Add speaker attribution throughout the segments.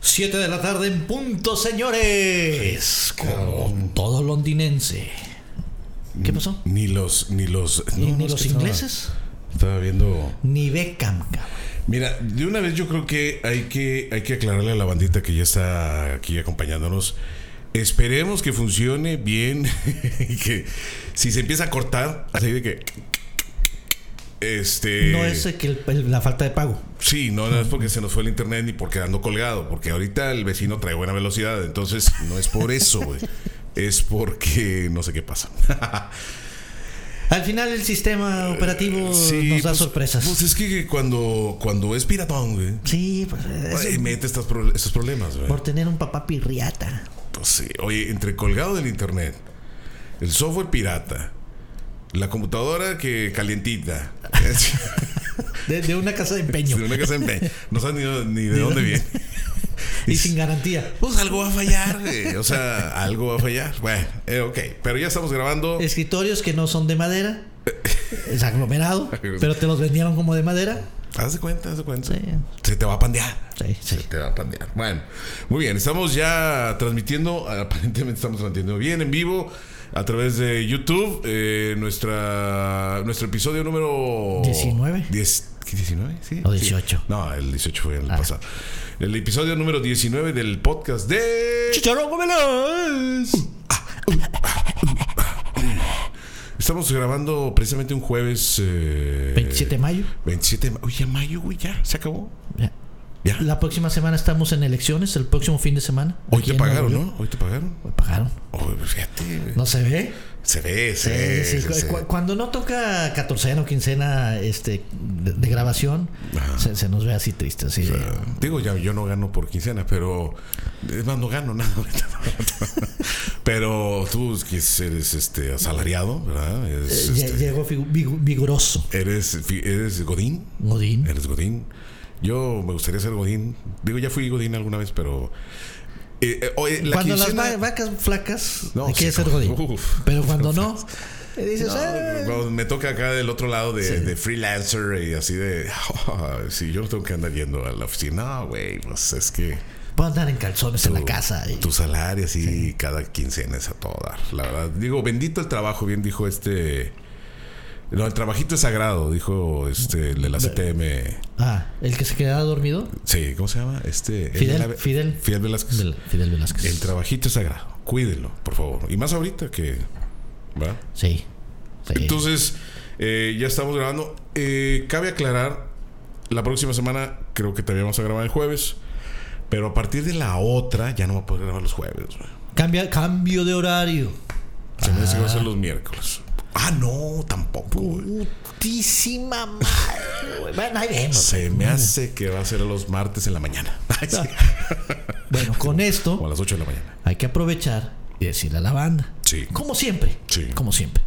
Speaker 1: 7 de la tarde en punto, señores. Como todo londinense. ¿Qué pasó?
Speaker 2: Ni los, ni los,
Speaker 1: Ni,
Speaker 2: no,
Speaker 1: ni
Speaker 2: es
Speaker 1: los
Speaker 2: que estaba-
Speaker 1: ingleses,
Speaker 2: Estaba viendo.
Speaker 1: ni Beckham, cabrón.
Speaker 2: Mira, de una vez yo creo que hay que, hay que aclararle a la bandita que ya está aquí acompañándonos. Esperemos que funcione bien y que si se empieza a cortar, así de que. Este.
Speaker 1: No es eh, que el- el- la falta de pago.
Speaker 2: Sí, no, no es porque se nos fue el internet ni porque ando colgado, porque ahorita el vecino trae buena velocidad, entonces no es por eso, güey. Es porque no sé qué pasa.
Speaker 1: Uh, Al final el sistema operativo
Speaker 2: eh, Sí,
Speaker 1: nos da
Speaker 2: pues-
Speaker 1: sorpresas.
Speaker 2: Pues es que cuando, cuando es piratón, güey,
Speaker 1: sí, pues es
Speaker 2: eh, mete estos, pro- estos problemas, güey.
Speaker 1: por tener un papá pirriata.
Speaker 2: Pues sí, oye, entre colgado del internet, el software pirata, la computadora que calientita.
Speaker 1: De, de una casa de
Speaker 2: de
Speaker 1: empeño.
Speaker 2: una casa en pe- no sabes ni, ni de dónde viene.
Speaker 1: y sin garantía.
Speaker 2: Pues algo va a fallar, güey. O sea, algo va a fallar. Bueno, eh, ok. Pero ya estamos grabando.
Speaker 1: Escritorios que no son de madera. Es aglomerado. pero te los vendieron como de madera.
Speaker 2: Haz de cuenta, haz de cuenta.
Speaker 1: Sí,
Speaker 2: Se te va a pandear.
Speaker 1: sí,
Speaker 2: Se
Speaker 1: sí.
Speaker 2: te va a pandear. Bueno, muy bien. Estamos ya transmitiendo. Aparentemente estamos transmitiendo bien en vivo a través de YouTube. eh, nuestra, nuestro episodio número
Speaker 1: 19.
Speaker 2: 10 ¿qué, 19, sí.
Speaker 1: O
Speaker 2: Sí.
Speaker 1: 18.
Speaker 2: No, el 18 fue el
Speaker 1: Ah.
Speaker 2: pasado. El episodio número 19 del podcast de.
Speaker 1: Chicharrón, cómelos.
Speaker 2: Estamos grabando precisamente un jueves. eh,
Speaker 1: 27 de mayo.
Speaker 2: 27 de ma- Uy, ya mayo, güey, ya. Se acabó.
Speaker 1: Ya.
Speaker 2: Ya.
Speaker 1: La próxima semana estamos en elecciones, el próximo fin de semana.
Speaker 2: Hoy
Speaker 1: Aquí
Speaker 2: te
Speaker 1: en
Speaker 2: pagaron,
Speaker 1: Nuevo León.
Speaker 2: ¿no? Hoy te pagaron.
Speaker 1: Hoy pagaron.
Speaker 2: Uy, fíjate. güey.
Speaker 1: No se ve.
Speaker 2: Se ve, se
Speaker 1: Sí,
Speaker 2: ve.
Speaker 1: sí,
Speaker 2: se-
Speaker 1: cu-
Speaker 2: se-
Speaker 1: cu- Cuando no toca catorcena o quincena este, de, de grabación, se, se nos ve así triste. Así. de-
Speaker 2: Digo, ya yo no gano por quincena, pero. Es más, no gano nada. ahorita. pero tú que eres este, asalariado, ¿verdad? Eres,
Speaker 1: Lle-
Speaker 2: este,
Speaker 1: eh, Llegó figu- vigu- vigoroso.
Speaker 2: eres, fi- eres Godín.
Speaker 1: Godín.
Speaker 2: Eres Godín. Yo me gustaría ser Godín. Digo, ya fui Godín alguna vez, pero. eh, eh, oye, la
Speaker 1: cuando
Speaker 2: quincena-
Speaker 1: las va- vacas flacas,
Speaker 2: No,
Speaker 1: hay que
Speaker 2: sí,
Speaker 1: ser
Speaker 2: no.
Speaker 1: Godín.
Speaker 2: Uf.
Speaker 1: Pero cuando no, eh, dices,
Speaker 2: No,
Speaker 1: "Ah,
Speaker 2: cuando me toca acá del otro lado de, de freelancer y así de. sí, yo no tengo que andar yendo a la oficina. No, güey, pues es que.
Speaker 1: puedo andar en calzones en la
Speaker 2: tu-
Speaker 1: casa. y-
Speaker 2: Tu salario, así, cada quincena es a todo dar. La verdad, digo, bendito el trabajo, bien dijo este. No, el trabajito es sagrado, dijo este, el de la CTM.
Speaker 1: Ah, el que se quedaba dormido,
Speaker 2: Sí, ¿cómo se llama? Este. el de
Speaker 1: Fidel,
Speaker 2: la-
Speaker 1: Fidel.
Speaker 2: Fidel Velázquez.
Speaker 1: Vel- Fidel Velázquez.
Speaker 2: El trabajito es sagrado. Cuídenlo, por favor. Y más ahorita que. ¿va?
Speaker 1: Sí. sí.
Speaker 2: Entonces, eh, ya estamos grabando. Eh, cabe aclarar, la próxima semana creo que también vamos a grabar el jueves. Pero a partir de la otra ya no va a poder grabar los jueves. güey.
Speaker 1: Cambia, cambio de horario.
Speaker 2: Se me dice que va a ser los miércoles. Ah, no, tampoco. güey.
Speaker 1: Putísima madre. güey. Bueno, ahí vemos.
Speaker 2: Se me hace que va a ser los martes en la mañana. Ay, sí.
Speaker 1: Bueno, con
Speaker 2: O a
Speaker 1: esto
Speaker 2: las 8 de la mañana.
Speaker 1: hay que aprovechar y decirle a la banda.
Speaker 2: Sí.
Speaker 1: Como siempre.
Speaker 2: Sí.
Speaker 1: Como siempre.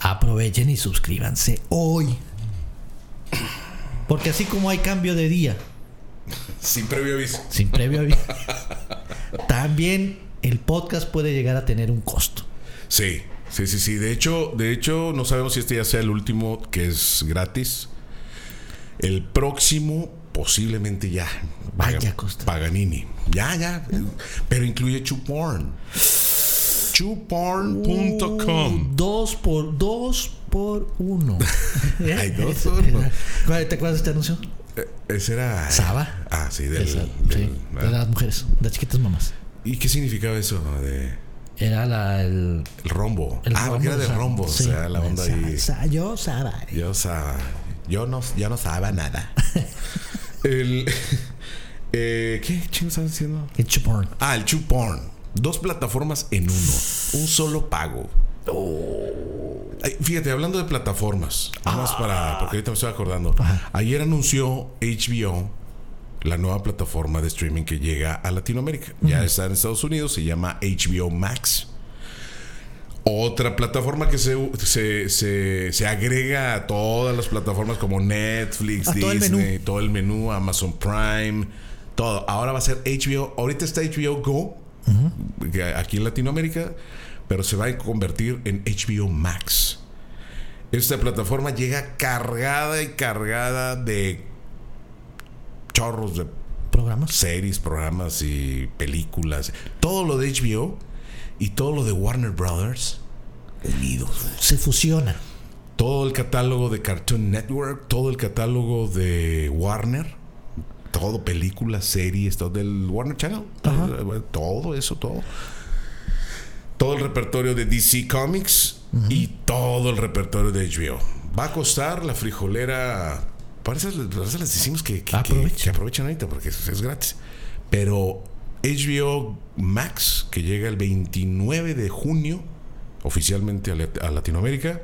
Speaker 1: Aprovechen y suscríbanse hoy. Porque así como hay cambio de día,
Speaker 2: Sin previo aviso.
Speaker 1: sin previo aviso, también el podcast puede llegar a tener un costo.
Speaker 2: Sí, sí, sí, sí. De hecho, de hecho, no sabemos si este ya sea el último que es gratis. El próximo, posiblemente ya.
Speaker 1: Vaya costa.
Speaker 2: Paganini. Ya, ya. Pero incluye chuporn. Chuporn.com.
Speaker 1: Dos por dos por uno. ¿Eh? Este,
Speaker 2: Ay, dos por uno.
Speaker 1: ¿Cuál- ¿Te acuerdas de este anuncio?
Speaker 2: Eh, Ese era.
Speaker 1: Saba.
Speaker 2: Ah, sí, del.
Speaker 1: Esa,
Speaker 2: del-
Speaker 1: sí,
Speaker 2: ah.
Speaker 1: de las mujeres, de las chiquitas mamás.
Speaker 2: ¿Y qué significaba eso de
Speaker 1: Era la, el,
Speaker 2: el rombo?
Speaker 1: el
Speaker 2: ah, porque era de
Speaker 1: Saba.
Speaker 2: rombo.
Speaker 1: Sí.
Speaker 2: O sea, la onda
Speaker 1: Sa-
Speaker 2: ahí.
Speaker 1: sa- yo, Saba.
Speaker 2: Yo, sa- yo no, yo no sabía nada. el, eh, ¿Qué chingos estás diciendo?
Speaker 1: El chuporn.
Speaker 2: Ah, el Chuporn. Dos plataformas en uno. Un solo pago. Ay, fíjate, hablando de plataformas, nada más para. Porque ahorita me estoy acordando. Ayer anunció HBO la nueva plataforma de streaming que llega a Latinoamérica. Ya está en Estados Unidos, se llama HBO Max. Otra plataforma que se, se, se- se agrega a todas las plataformas como Netflix,
Speaker 1: A
Speaker 2: Disney,
Speaker 1: todo el menú.
Speaker 2: todo el menú, Amazon Prime, todo. Ahora va a ser HBO. Ahorita está HBO Go, que aquí en Latinoamérica, pero se va a convertir en HBO Max. Esta plataforma llega cargada y cargada de chorros de
Speaker 1: programas.
Speaker 2: series, programas y películas. Todo lo de HBO y todo lo de Warner Brothers unidos. güey.
Speaker 1: Se fusionan.
Speaker 2: Todo el catálogo de Cartoon Network, todo el catálogo de Warner, todo películas, series, todo del Warner Channel, todo, todo eso, todo. Todo el repertorio de DC Comics y todo el repertorio de HBO. Va a costar la frijolera. Parece parece les decimos que, que, que-
Speaker 1: Aprovechen.
Speaker 2: que aprovechen ahorita porque es, es gratis. Pero HBO Max, que llega el 29 de junio oficialmente a, Lat- a Latinoamérica,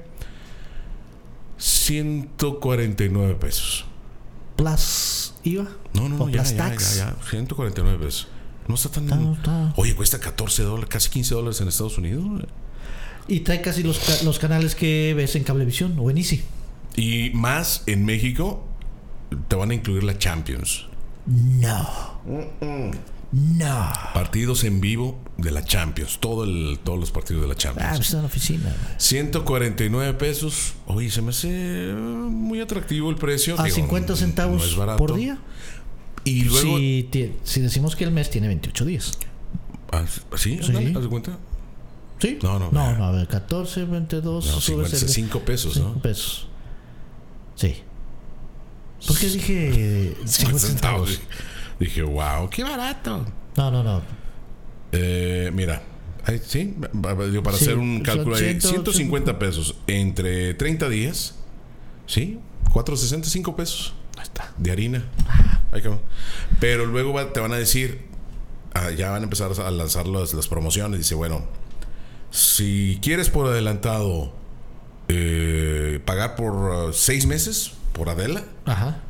Speaker 2: 149 pesos.
Speaker 1: Plus IVA.
Speaker 2: No, no,
Speaker 1: O
Speaker 2: no, ya,
Speaker 1: plus
Speaker 2: ya,
Speaker 1: tax.
Speaker 2: ya, ya, 149 pesos. No está tan.
Speaker 1: no está.
Speaker 2: Oye, cuesta 14 dólares, casi 15 dólares en Estados Unidos. güey.
Speaker 1: Y trae casi los, ca- los canales que ves en Cablevisión o en Easy.
Speaker 2: Y más en México, te van a incluir la Champions.
Speaker 1: No.
Speaker 2: Mm,
Speaker 1: No.
Speaker 2: Partidos en vivo de la Champions. Todo el, todos los partidos de la
Speaker 1: Ah,
Speaker 2: Champions.
Speaker 1: pues está en la oficina. güey.
Speaker 2: 149 pesos. Oye, se me hace eh, muy atractivo el precio.
Speaker 1: A
Speaker 2: Digo,
Speaker 1: 50
Speaker 2: no
Speaker 1: centavos
Speaker 2: es barato.
Speaker 1: por día.
Speaker 2: Y luego.
Speaker 1: si, tie- si decimos que el mes tiene 28 días.
Speaker 2: Ah, ¿Sí?
Speaker 1: Sí.
Speaker 2: Ándale, ¿Haz de cuenta?
Speaker 1: ¿Sí?
Speaker 2: No, no,
Speaker 1: No,
Speaker 2: eh.
Speaker 1: no, a ver, 14, 22,
Speaker 2: No,
Speaker 1: subes
Speaker 2: 50,
Speaker 1: el-
Speaker 2: 5 pesos,
Speaker 1: cinco
Speaker 2: ¿no?
Speaker 1: pesos. Sí. ¿Por qué dije 50 centavos?
Speaker 2: Dije, wow, qué barato.
Speaker 1: No, no, no.
Speaker 2: Eh, mira, ahí sí, ba- ba- digo, para
Speaker 1: Sí,
Speaker 2: hacer un
Speaker 1: son
Speaker 2: cálculo ahí,
Speaker 1: 100,
Speaker 2: 150 pesos entre 30 días, ¿sí? 465 pesos
Speaker 1: Ahí está. Ah.
Speaker 2: de harina. Ahí cabrón. Pero luego va- te van a decir, ah, ya van a empezar a lanzar las, las promociones. Dice, bueno, si quieres por adelantado eh, pagar por 6 meses por Adela,
Speaker 1: Ajá.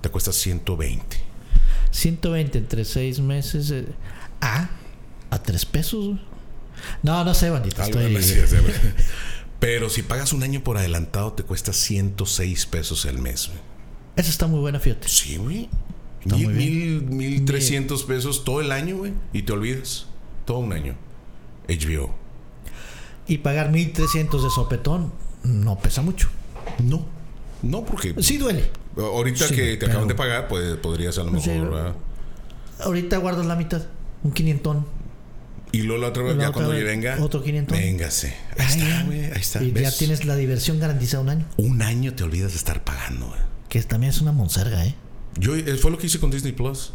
Speaker 2: te cuesta 120.
Speaker 1: 120 entre 6 meses. eh, ah, a 3 pesos. güey. No, no sé, bandita.
Speaker 2: Algo ¿eh?
Speaker 1: Estoy,
Speaker 2: así, o sea, güey. Pero si pagas un año por adelantado, te cuesta 106 pesos el mes. güey.
Speaker 1: Esa está muy buena, fíjate.
Speaker 2: Sí, güey.
Speaker 1: Está
Speaker 2: Mil,
Speaker 1: muy
Speaker 2: mil, mil trescientos pesos todo el año, güey. Y te olvidas. Todo un año. HBO.
Speaker 1: Y pagar 1300 de sopetón no pesa mucho.
Speaker 2: No. No, porque
Speaker 1: Sí duele.
Speaker 2: ahorita
Speaker 1: Sí,
Speaker 2: que te
Speaker 1: pero-
Speaker 2: acaban de pagar, pues podrías a lo mejor.
Speaker 1: Sí.
Speaker 2: ¿verdad?
Speaker 1: Ahorita guardas la mitad, un quinientón.
Speaker 2: Y luego la otra vez,
Speaker 1: La
Speaker 2: ya
Speaker 1: otra
Speaker 2: cuando
Speaker 1: vez,
Speaker 2: venga.
Speaker 1: otro 500.
Speaker 2: Véngase. Ahí
Speaker 1: Ay,
Speaker 2: está,
Speaker 1: ya.
Speaker 2: güey. Ahí está.
Speaker 1: Y ya
Speaker 2: ¿ves?
Speaker 1: tienes la diversión garantizada un año.
Speaker 2: Un año te olvidas de estar pagando, güey.
Speaker 1: Que también es una monserga, ¿eh?
Speaker 2: Yo, eh, fue lo que hice con Disney Plus.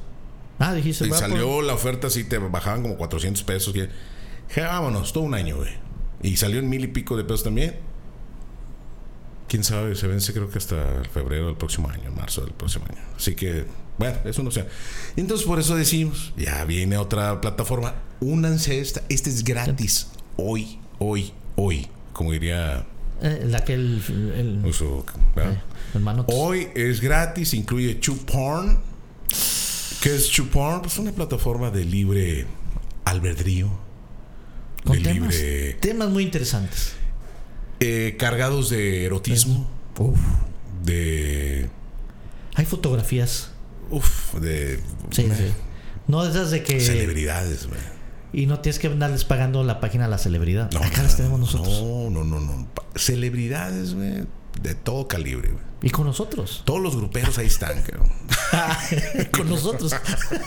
Speaker 1: Ah, dijiste.
Speaker 2: Y
Speaker 1: voy a
Speaker 2: salió
Speaker 1: poner-
Speaker 2: la oferta así, te bajaban como 400 pesos. Que, ja, vámonos, todo un año, güey. Y salió en mil y pico de pesos también. Quién sabe, se vence creo que hasta febrero del próximo año, marzo del próximo año. Así que, bueno, eso no sea. Entonces, por eso decimos, ya viene otra plataforma. Únanse a esta. Este es gratis. Hoy, hoy, hoy. Como diría
Speaker 1: eh, la que el, el,
Speaker 2: Uso. ¿verdad?
Speaker 1: hermano.
Speaker 2: Hoy es gratis, incluye Chuporn. ¿Qué es Chuporn? Pues una plataforma de libre albedrío. De
Speaker 1: con temas,
Speaker 2: libre.
Speaker 1: temas muy interesantes.
Speaker 2: eh, cargados de erotismo.
Speaker 1: Uf.
Speaker 2: De.
Speaker 1: Hay fotografías.
Speaker 2: Uf, de. Eh,
Speaker 1: Sí, sí. No de esas de que.
Speaker 2: Celebridades, güey.
Speaker 1: Y no tienes que andarles pagando la página a la celebridad.
Speaker 2: No,
Speaker 1: Acá las tenemos
Speaker 2: no,
Speaker 1: nosotros.
Speaker 2: No, no, no, no. Pa- Celebridades, güey. De todo calibre, güey.
Speaker 1: Y con nosotros.
Speaker 2: Todos los gruperos ahí están, cabrón.
Speaker 1: con nosotros.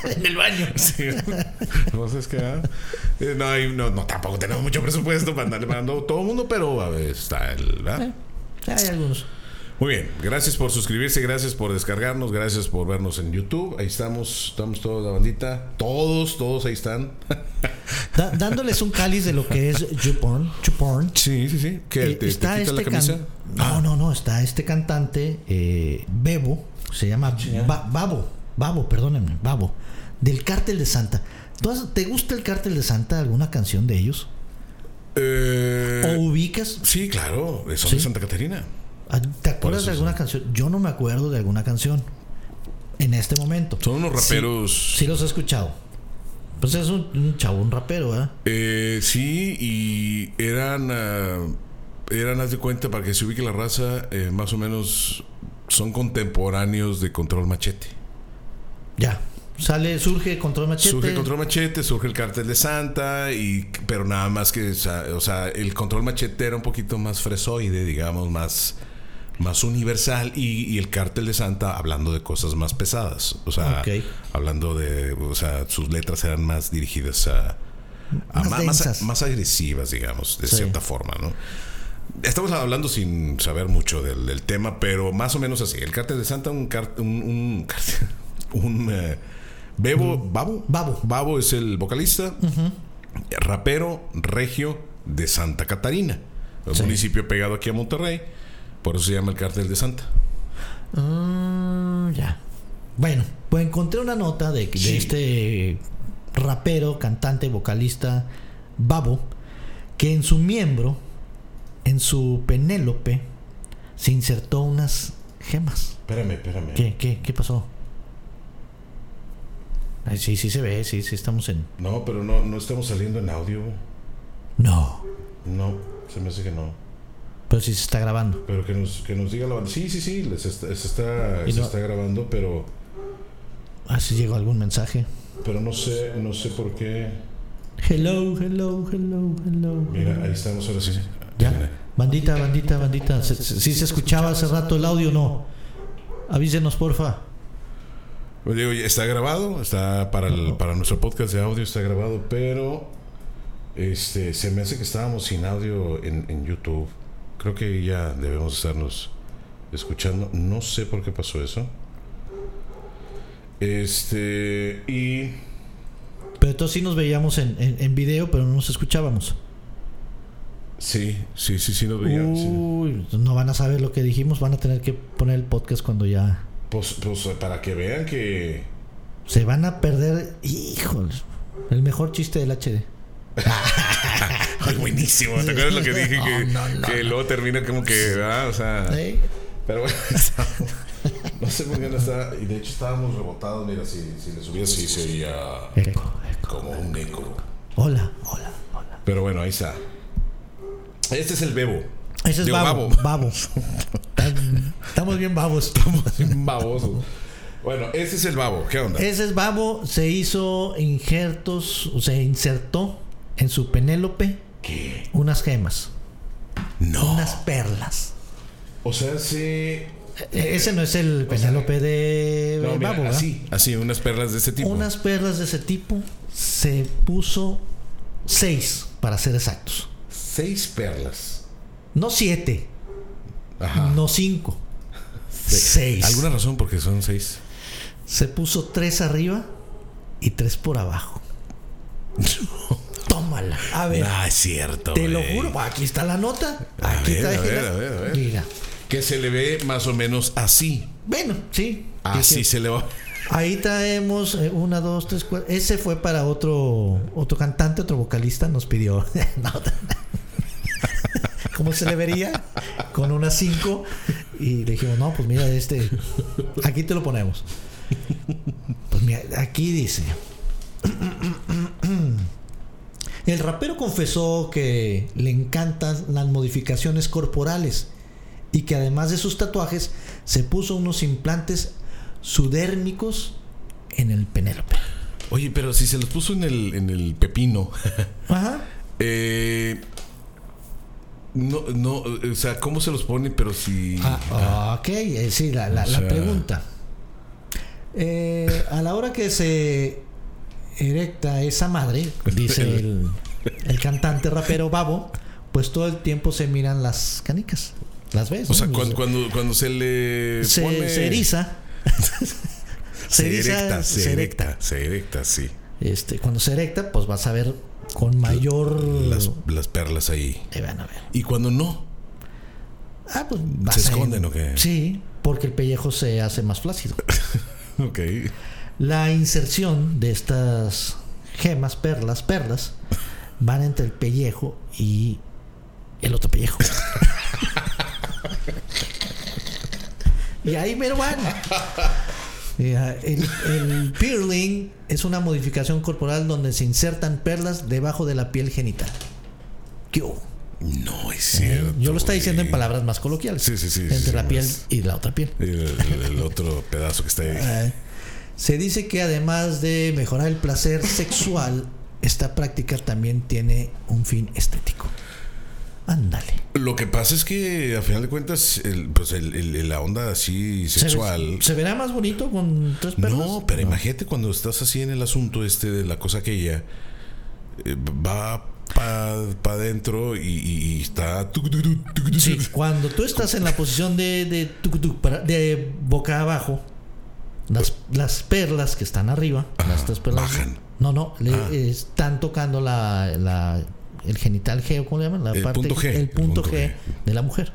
Speaker 1: en el baño.
Speaker 2: Sí. No sé, es que, ah, eh, No, y no, no, tampoco tenemos mucho presupuesto para andarle pagando todo el mundo, pero a ver, está el. ¿verdad?
Speaker 1: Hay algunos.
Speaker 2: Muy bien, gracias por suscribirse, gracias por descargarnos, gracias por vernos en YouTube. Ahí estamos, estamos toda la bandita. Todos, todos ahí están.
Speaker 1: Da- dándoles un cáliz de lo que es Chuporn. Chuporn.
Speaker 2: Sí, sí, sí. ¿Qué?
Speaker 1: Eh,
Speaker 2: ¿Te, te
Speaker 1: está
Speaker 2: quitas
Speaker 1: este
Speaker 2: la
Speaker 1: can-
Speaker 2: camisa? Ah.
Speaker 1: No, no, no, está este cantante eh, Bebo, se llama Ba- Babo, Babo, perdónenme, Babo, del Cártel de Santa. ¿Tú has- ¿Te gusta el Cártel de Santa alguna canción de ellos?
Speaker 2: Eh,
Speaker 1: ¿O ubicas?
Speaker 2: Sí, claro, son
Speaker 1: Sí.
Speaker 2: de Santa Catarina.
Speaker 1: Ah, ¿Te acuerdas
Speaker 2: eso
Speaker 1: de alguna canción? Yo no me acuerdo de alguna canción en este momento.
Speaker 2: Son unos
Speaker 1: Sí, Sí,
Speaker 2: raperos.
Speaker 1: los he escuchado. Pues es un, un chavo, un rapero, ¿verdad?
Speaker 2: Eh, sí, y eran, ah, eran, haz de cuenta, para que se ubique la raza, eh, más o menos son contemporáneos de Control Machete.
Speaker 1: Ya. Sale, surge Control Machete.
Speaker 2: Surge Control Machete, surge el Cártel de Santa, y, pero nada más que, o sea, o sea, el Control Machete era un poquito más fresoide, digamos, más, más universal y, y el cártel de Santa hablando de cosas más pesadas. O sea,
Speaker 1: Ok.
Speaker 2: hablando de, o sea, sus letras eran más dirigidas a... a
Speaker 1: Más
Speaker 2: ma-
Speaker 1: densas.
Speaker 2: más agresivas, digamos, de
Speaker 1: Sí.
Speaker 2: cierta forma, ¿no? Estamos hablando sin saber mucho del, del tema, pero más o menos así. El cártel de Santa, un car- un, un, cártel- un, eh, bebo, babo,
Speaker 1: Mm. Babo.
Speaker 2: babo es el vocalista, rapero regio de Santa Catarina, un
Speaker 1: Sí.
Speaker 2: municipio pegado aquí a Monterrey, por eso se llama el cártel de Santa.
Speaker 1: Mm, ya. Bueno, pues encontré una nota de, de
Speaker 2: Sí.
Speaker 1: este rapero, cantante, vocalista, Babo, que en su miembro, en su Penélope, se insertó unas gemas.
Speaker 2: Espérame, espérame.
Speaker 1: ¿Qué, qué, qué pasó? Ay, sí, sí se ve, sí, sí estamos en...
Speaker 2: No, pero no, no estamos saliendo en audio.
Speaker 1: No,
Speaker 2: No, se me hace que no.
Speaker 1: pero sí se está grabando.
Speaker 2: Pero que nos, que nos diga la banda. Sí, sí, sí, les está- se, está,
Speaker 1: Y
Speaker 2: se
Speaker 1: no-
Speaker 2: está grabando, pero,
Speaker 1: Así llegó algún mensaje.
Speaker 2: pero no sé, no sé por qué.
Speaker 1: Hello, hello, hello, hello.
Speaker 2: Mira, ahí estamos ahora sí.
Speaker 1: ¿Ya?
Speaker 2: Mira.
Speaker 1: Bandita, bandita, bandita. Si se escuchaba hace rato el audio, no. Avísenos, porfa.
Speaker 2: Pues digo, ya está grabado, está para, el- para nuestro podcast de audio, está grabado, pero este se me hace que estábamos sin audio en, en YouTube. Creo que ya debemos estarnos escuchando. No sé por qué pasó eso. Este, y
Speaker 1: Pero entonces sí nos veíamos en, en- en video, pero no nos escuchábamos.
Speaker 2: sí, sí, sí, sí, nos veían. sí.
Speaker 1: Uy, no van a saber lo que dijimos, van a tener que poner el podcast cuando ya...
Speaker 2: Pues, pues para que vean que.
Speaker 1: Se van a perder... Híjoles. El mejor chiste del HD.
Speaker 2: Ay, buenísimo. ¿Te acuerdas lo que dije? Que,
Speaker 1: No, no, no,
Speaker 2: que luego termina como que. ah, O sea.
Speaker 1: ¿Eh?
Speaker 2: Pero bueno, no sé por qué no está. Y de hecho estábamos rebotados. Mira, si, si le subía así sería
Speaker 1: Eco, eco.
Speaker 2: como un eco.
Speaker 1: Hola, hola, hola.
Speaker 2: Pero bueno, ahí está. Este es el bebo.
Speaker 1: Ese es
Speaker 2: Digo,
Speaker 1: babo.
Speaker 2: babo.
Speaker 1: Babo. Tan- Estamos bien babos.
Speaker 2: Baboso. Bueno, este es el babo. ¿Qué onda?
Speaker 1: Ese es babo, se hizo injertos, o se insertó en su Penélope
Speaker 2: ¿Qué?
Speaker 1: unas gemas,
Speaker 2: No.
Speaker 1: unas perlas.
Speaker 2: O sea, sí.
Speaker 1: E- Ese no es el Penélope de
Speaker 2: No,
Speaker 1: de
Speaker 2: mira,
Speaker 1: babo, ¿verdad?
Speaker 2: así, así, unas perlas de este tipo.
Speaker 1: Unas perlas de ese tipo se puso seis, para ser exactos.
Speaker 2: Seis perlas.
Speaker 1: No siete,
Speaker 2: Ajá.
Speaker 1: no cinco. Seis.
Speaker 2: ¿Alguna razón porque son seis?
Speaker 1: Se puso tres arriba y tres por abajo. Tómala. A ver.
Speaker 2: Ah, es cierto.
Speaker 1: Te lo
Speaker 2: güey.
Speaker 1: juro, aquí está la nota.
Speaker 2: A
Speaker 1: Aquí
Speaker 2: ver,
Speaker 1: está
Speaker 2: a
Speaker 1: la-
Speaker 2: ver, a ver, a ver.
Speaker 1: Mira.
Speaker 2: Que se le ve más o menos así.
Speaker 1: Bueno, sí.
Speaker 2: Así
Speaker 1: Dije,
Speaker 2: se le va.
Speaker 1: Ahí traemos eh, una, dos, tres, cuatro. Ese fue para otro otro cantante, otro vocalista, nos pidió. No. ¿Cómo se le vería? Con una cinco. Y le dijimos, no, pues mira, este. Aquí te lo ponemos. Pues mira, aquí dice. El rapero confesó que le encantan las modificaciones corporales y que además de sus tatuajes se puso unos implantes sudérmicos en el Penélope.
Speaker 2: Oye, pero si se los puso en el, en el pepino.
Speaker 1: Ajá.
Speaker 2: eh, no, no, o sea, ¿cómo se los pone? Pero si.
Speaker 1: Ah, ok, eh, sí, la, la-
Speaker 2: O
Speaker 1: la
Speaker 2: sea-
Speaker 1: pregunta. Eh, a la hora que se erecta esa madre, dice el, el cantante rapero Babo, pues todo el tiempo se miran las canicas. Las ves.
Speaker 2: o sea,
Speaker 1: ¿no?
Speaker 2: cuando, cuando, cuando se le.
Speaker 1: se,
Speaker 2: pone-
Speaker 1: se eriza.
Speaker 2: Se
Speaker 1: eriza,
Speaker 2: erecta, se,
Speaker 1: se
Speaker 2: erecta, se erecta, sí.
Speaker 1: Este, cuando se erecta, pues vas a ver con mayor.
Speaker 2: Las, las perlas ahí.
Speaker 1: Te van a ver.
Speaker 2: Y cuando no,
Speaker 1: Ah, pues vas
Speaker 2: ¿Se
Speaker 1: a-
Speaker 2: esconden o qué?
Speaker 1: Sí, porque el pellejo se hace más flácido.
Speaker 2: ok.
Speaker 1: La inserción de estas gemas, perlas, perlas, van entre el pellejo y el otro pellejo. y ahí mero van. Ya, El, el pearling es una modificación corporal donde se insertan perlas debajo de la piel genital. ¿Qué hubo?
Speaker 2: No es cierto.
Speaker 1: Eh, Yo lo estaba diciendo en
Speaker 2: güey.
Speaker 1: palabras más coloquiales.
Speaker 2: Sí, sí, sí,
Speaker 1: Entre
Speaker 2: sí,
Speaker 1: la
Speaker 2: sí,
Speaker 1: piel
Speaker 2: más.
Speaker 1: y la otra piel.
Speaker 2: El, el- el otro pedazo que está ahí.
Speaker 1: Eh, Se dice que además de mejorar el placer sexual, esta práctica también tiene un fin estético. Ándale.
Speaker 2: Lo que pasa es que a final de cuentas, el- pues el- el- la onda así
Speaker 1: Se ve-
Speaker 2: sexual.
Speaker 1: ¿Se, verá más bonito con tres perros?
Speaker 2: No, pero imagínate cuando estás así en el asunto este de la cosa aquella, eh, va para adentro y, y- y está... tuc, tuc, tuc, tuc, tuc,
Speaker 1: Sí,
Speaker 2: tuc.
Speaker 1: cuando tú estás en la posición de, de, tuc, tuc, para- de boca abajo, las, las perlas que están arriba,
Speaker 2: Ah,
Speaker 1: las tres perlas.
Speaker 2: bajan.
Speaker 1: No, no, le-
Speaker 2: Ah.
Speaker 1: están tocando la, la- el genital G, ¿cómo le llaman? La
Speaker 2: El punto G,
Speaker 1: El punto G de la mujer.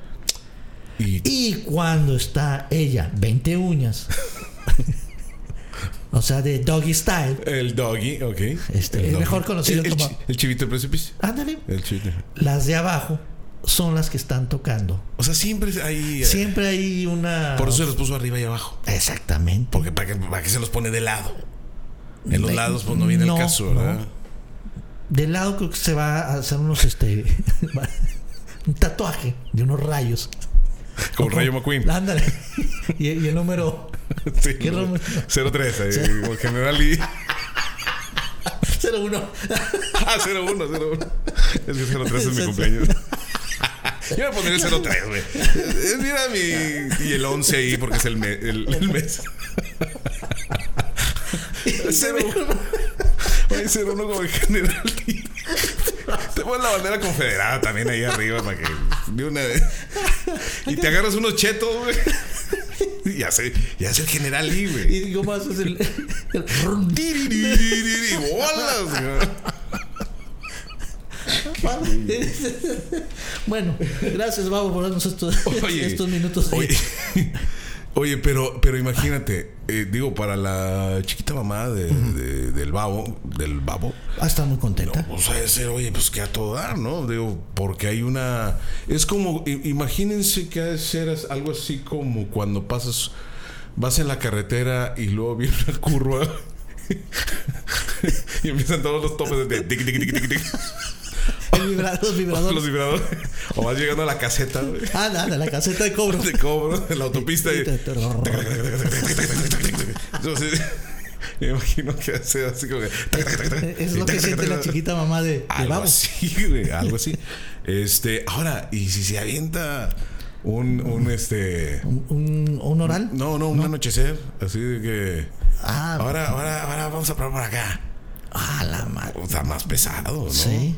Speaker 2: Y,
Speaker 1: Y cuando está ella, 20 uñas. o sea, de doggy style.
Speaker 2: el doggy, ok.
Speaker 1: Este, el mejor conocido
Speaker 2: el, el
Speaker 1: como-
Speaker 2: chi- el chivito del precipicio.
Speaker 1: Ándale,
Speaker 2: El chivito.
Speaker 1: las de abajo son las que están tocando.
Speaker 2: O sea, siempre hay... eh,
Speaker 1: Siempre hay una.
Speaker 2: Por eso se los puso arriba y abajo.
Speaker 1: Exactamente.
Speaker 2: Porque para que, para que se los pone de lado. En los
Speaker 1: De-
Speaker 2: lados pues no viene
Speaker 1: no,
Speaker 2: el caso,
Speaker 1: no.
Speaker 2: ¿verdad?
Speaker 1: Del lado creo que se va a hacer unos este un tatuaje de unos rayos.
Speaker 2: Como Rayo McQueen.
Speaker 1: Ándale. Y, y el número
Speaker 2: Sí,
Speaker 1: ¿Qué
Speaker 2: no,
Speaker 1: Rayo?
Speaker 2: 03, ahí, como el general y...
Speaker 1: 01.
Speaker 2: Ah, 01, 01. Es que 03 es
Speaker 1: Sí,
Speaker 2: mi
Speaker 1: sí.
Speaker 2: cumpleaños. Yo me pondría el 03, güey. Eh, Mira mi. Y el 11 ahí, porque es el, me- el, el mes. Cero uno. Oye, 01 como el general. Te pones la bandera confederada también ahí arriba para que. De una vez. Y te agarras unos chetos, güey. Y ya sé, ya es el general Lee, güey.
Speaker 1: Y digo más es el, el rum.
Speaker 2: Tiriririri, ¡Bolas, güey!
Speaker 1: Bueno, gracias, Babo, por darnos estos, estos minutos. de-
Speaker 2: Oye, oye, pero, pero imagínate, eh, digo, para la chiquita mamá de- de- del babo, del babo,
Speaker 1: Ah, está muy contenta.
Speaker 2: o sea, de ser, oye, pues que a todo dar, ¿no? Digo, porque hay una. Es como, i- imagínense que ha de ser as- algo así como cuando pasas, vas en la carretera y luego viene una curva. y empiezan todos los topes de tic, tic, tic, tic, tic,
Speaker 1: El vibrador, los vibradores.
Speaker 2: los vibradores. O vas llegando a la caseta güey,
Speaker 1: Ah, nada, la caseta de cobro.
Speaker 2: de cobro, de la autopista. y- Entonces, me imagino que hace así como que.
Speaker 1: es lo que siente la chiquita mamá de, de
Speaker 2: Algo
Speaker 1: Babo.
Speaker 2: así, güey, algo así. Este, ahora, y si se avienta un, un este.
Speaker 1: Un, un- un oral.
Speaker 2: No, no, un anochecer, así de que.
Speaker 1: Ah,
Speaker 2: Ahora, ahora, ahora vamos a probar por acá.
Speaker 1: ah, la madre.
Speaker 2: O sea, más pesado, ¿no?
Speaker 1: Sí.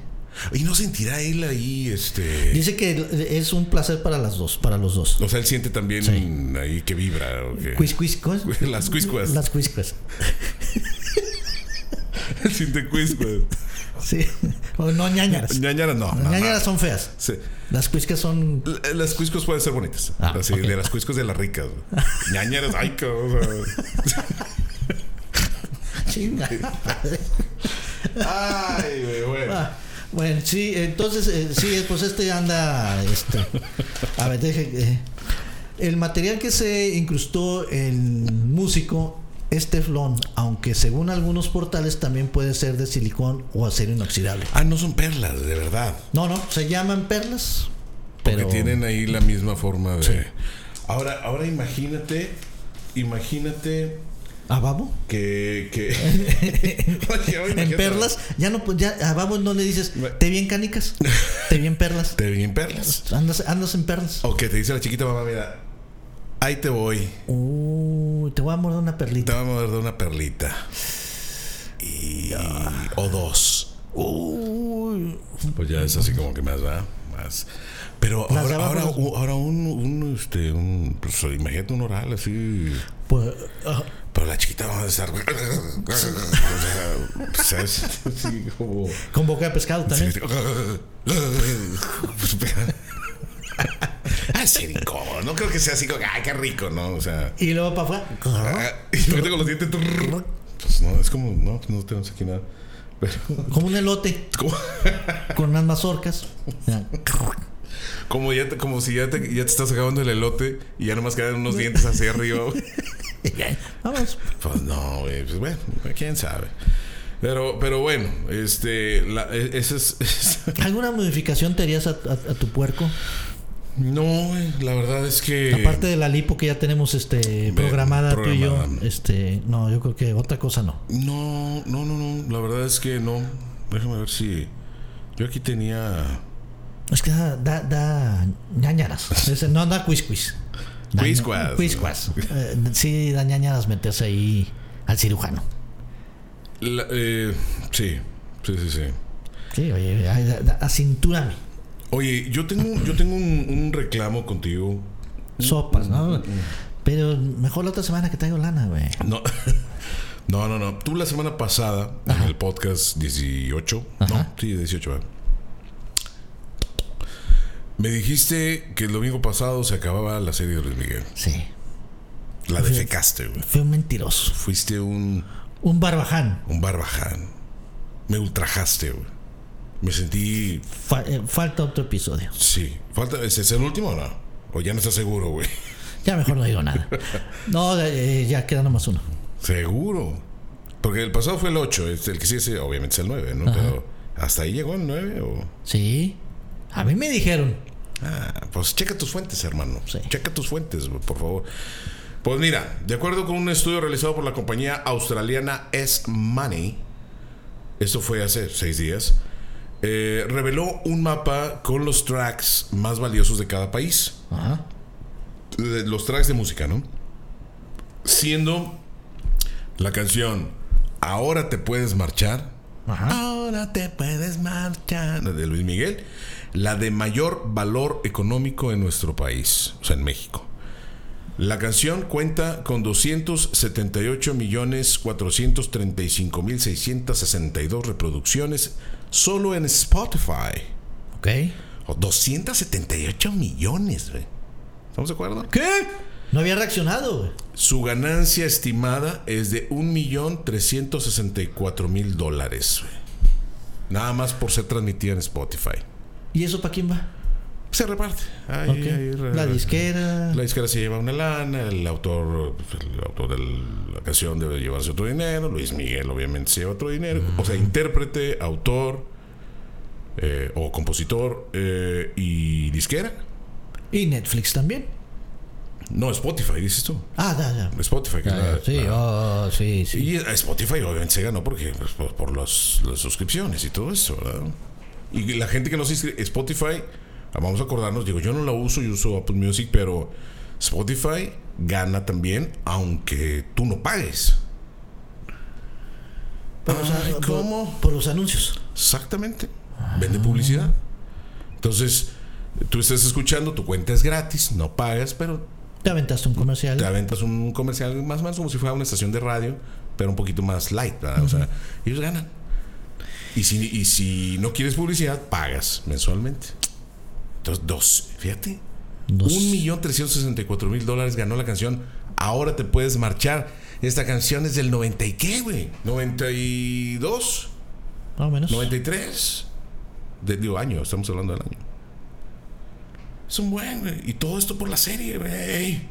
Speaker 2: Y no sentirá él ahí, este.
Speaker 1: Dice que es un placer para las dos, para los dos.
Speaker 2: O sea, él siente también ahí que vibra. ¿o qué?
Speaker 1: Quiz, quiz, ¿cómo es?
Speaker 2: Las cuiscuas.
Speaker 1: Las cuiscuas.
Speaker 2: Él siente cuiscuas.
Speaker 1: Sí. O no ñañaras.
Speaker 2: Ñañara no. no,
Speaker 1: Las
Speaker 2: no.
Speaker 1: ñañaras son feas.
Speaker 2: Sí.
Speaker 1: Las cuiscas son.
Speaker 2: L- Las cuiscos pueden ser bonitas.
Speaker 1: Ah,
Speaker 2: así,
Speaker 1: ok.
Speaker 2: de las cuiscos de las ricas. güey. Ñañaras, ay, cabrón. o sea.
Speaker 1: Chinga.
Speaker 2: Ay, güey, bueno.
Speaker 1: Ah, Bueno, sí, entonces, eh, sí, pues este anda. Este. A ver, deje. eh, El material que se incrustó el músico es teflón, aunque según algunos portales también puede ser de silicón o acero inoxidable.
Speaker 2: Ah, no son perlas, de verdad.
Speaker 1: No, no, se llaman perlas.
Speaker 2: Porque
Speaker 1: Pero
Speaker 2: tienen ahí la misma forma de. Ahora, ahora imagínate. Imagínate
Speaker 1: ¿A Babo?
Speaker 2: que. que...
Speaker 1: En perlas, ya no, pues, ya a Babo no le dices, te vi en canicas, te vi en perlas,
Speaker 2: Te vi en perlas.
Speaker 1: andas, andas en perlas.
Speaker 2: O que te dice la chiquita mamá, mira. Ahí te voy.
Speaker 1: Uy, Uh, te voy a morder una
Speaker 2: Te
Speaker 1: perlita.
Speaker 2: vamos a dar de una perlita. Y. O dos.
Speaker 1: Uy,
Speaker 2: Pues ya es así como que más, ¿verdad? Más. Pero
Speaker 1: Las de
Speaker 2: ahora,
Speaker 1: abajo
Speaker 2: ahora,
Speaker 1: las-
Speaker 2: u- ahora un, un, este, un, pues, imagínate un oral así.
Speaker 1: pues, ah,
Speaker 2: Pero la chiquita va a estar. O sea, ¿sabes? Así como.
Speaker 1: con boca de pescado también.
Speaker 2: Ah, ser pues, incómodo. No creo que sea así como, ay, qué rico, ¿no? O sea.
Speaker 1: Y luego para afuera,
Speaker 2: ah, Y ahorita con los dientes. Pues no, es como, no, no tenemos aquí nada. Pero.
Speaker 1: como un elote,
Speaker 2: Como,
Speaker 1: con unas mazorcas.
Speaker 2: como, ya te- como si ya te, ya te estás acabando el elote y ya nomás quedan unos dientes hacia arriba. güey.
Speaker 1: Vamos.
Speaker 2: Pues no, güey, pues bueno, quién sabe. Pero, pero bueno, este, la- e- ese es, es-
Speaker 1: ¿Alguna modificación te harías a, a- a tu puerco?
Speaker 2: no, güey, la verdad es que
Speaker 1: Aparte de la lipo que ya tenemos este programada tú y yo.
Speaker 2: programada.
Speaker 1: Este, no, yo creo que otra cosa no.
Speaker 2: no, no, no, no, la verdad es que no. Déjame ver si yo aquí tenía
Speaker 1: Es que da, da, da ñañaras. Es- No da quisquis. Da ña-
Speaker 2: Quisquas.
Speaker 1: quisquas. Eh, sí, da ñañaras meterse ahí al cirujano.
Speaker 2: La- eh, sí, sí, sí, sí.
Speaker 1: Sí, oye, ay, da- da- acintúrame.
Speaker 2: Oye, yo tengo, yo tengo un, un reclamo contigo.
Speaker 1: Sopas, ¿no? Pero mejor la otra semana que traigo lana, güey.
Speaker 2: No, no, no, no. Tú la semana pasada, en el podcast 18,
Speaker 1: Ajá.
Speaker 2: ¿no? Sí, 18, ¿verdad? Me dijiste que el domingo pasado se acababa la serie de Luis Miguel.
Speaker 1: Sí.
Speaker 2: La defecaste, güey.
Speaker 1: Fue un mentiroso.
Speaker 2: Fuiste un,
Speaker 1: Un barbaján.
Speaker 2: un barbaján. Me ultrajaste, güey. Me sentí.
Speaker 1: Fa- eh, falta otro episodio.
Speaker 2: Sí. Falta, ¿Es es el último o no? O ya no estás seguro, güey.
Speaker 1: Ya mejor no digo nada. No, eh, ya queda nomás uno.
Speaker 2: Seguro. Porque el pasado fue el 8, este, el que sí es, eh, obviamente es el 9, ¿no? Pero hasta ahí llegó el 9 o...
Speaker 1: Sí. A mí me dijeron.
Speaker 2: Ah, pues checa tus fuentes, hermano.
Speaker 1: Sí.
Speaker 2: Checa tus fuentes, güey, por favor. Pues mira, de acuerdo con un estudio realizado por la compañía australiana S Money, esto fue hace seis días, eh, reveló un mapa con los tracks más valiosos de cada país.
Speaker 1: Ajá.
Speaker 2: de- los tracks de música, ¿no? Siendo la canción Ahora te puedes marchar.
Speaker 1: Ajá.
Speaker 2: Ahora te puedes marchar. la De Luis Miguel. La de mayor valor económico en nuestro país, o sea, en México. La canción cuenta con 278 millones 435 mil 662 reproducciones solo en Spotify.
Speaker 1: Ok.
Speaker 2: O 278 millones, güey. ¿Estamos de acuerdo?
Speaker 1: ¿Qué? No había reaccionado, güey.
Speaker 2: Su ganancia estimada es de 1.364.000 dólares. güey. Nada más por ser transmitida en Spotify.
Speaker 1: ¿Y eso para quién va?
Speaker 2: Se reparte. Ahí,
Speaker 1: Ok.
Speaker 2: ahí, re-
Speaker 1: La disquera.
Speaker 2: la disquera se lleva una lana, el autor, pues, el autor de la canción debe llevarse otro dinero, Luis Miguel obviamente se lleva otro dinero, o sea, intérprete, autor eh, o compositor eh, y disquera.
Speaker 1: Y Netflix también.
Speaker 2: No, Spotify, dices tú.
Speaker 1: Ah, ya, ya.
Speaker 2: Spotify, que es la-
Speaker 1: sí,
Speaker 2: la-
Speaker 1: oh, sí, sí.
Speaker 2: Y a Spotify obviamente se ganó porque pues, por, por las, las suscripciones y todo eso, ¿verdad? Y la gente que no se inscribe, Spotify, ah, vamos a acordarnos, digo, yo no la uso, yo uso Apple Music, pero Spotify gana también, aunque tú no pagues.
Speaker 1: Por los-
Speaker 2: Ay,
Speaker 1: por-
Speaker 2: ¿cómo?
Speaker 1: Por los anuncios.
Speaker 2: Exactamente. Vende publicidad. Entonces, tú estás escuchando, tu cuenta es gratis, no pagas, pero
Speaker 1: Te aventaste un comercial.
Speaker 2: te aventas un comercial más o menos como si fuera una estación de radio, pero un poquito más light, ¿verdad? O sea, ellos ganan. Y si, y si no quieres publicidad, pagas mensualmente. Entonces, dos, fíjate.
Speaker 1: Dos.
Speaker 2: Un millón trescientos sesenta y cuatro mil dólares ganó la canción. Ahora te puedes marchar. Esta canción es del 90 y qué, güey. 92,
Speaker 1: Más o menos.
Speaker 2: 93. De, digo, año, estamos hablando del año. Es un buen, güey. Y todo esto por la serie, güey.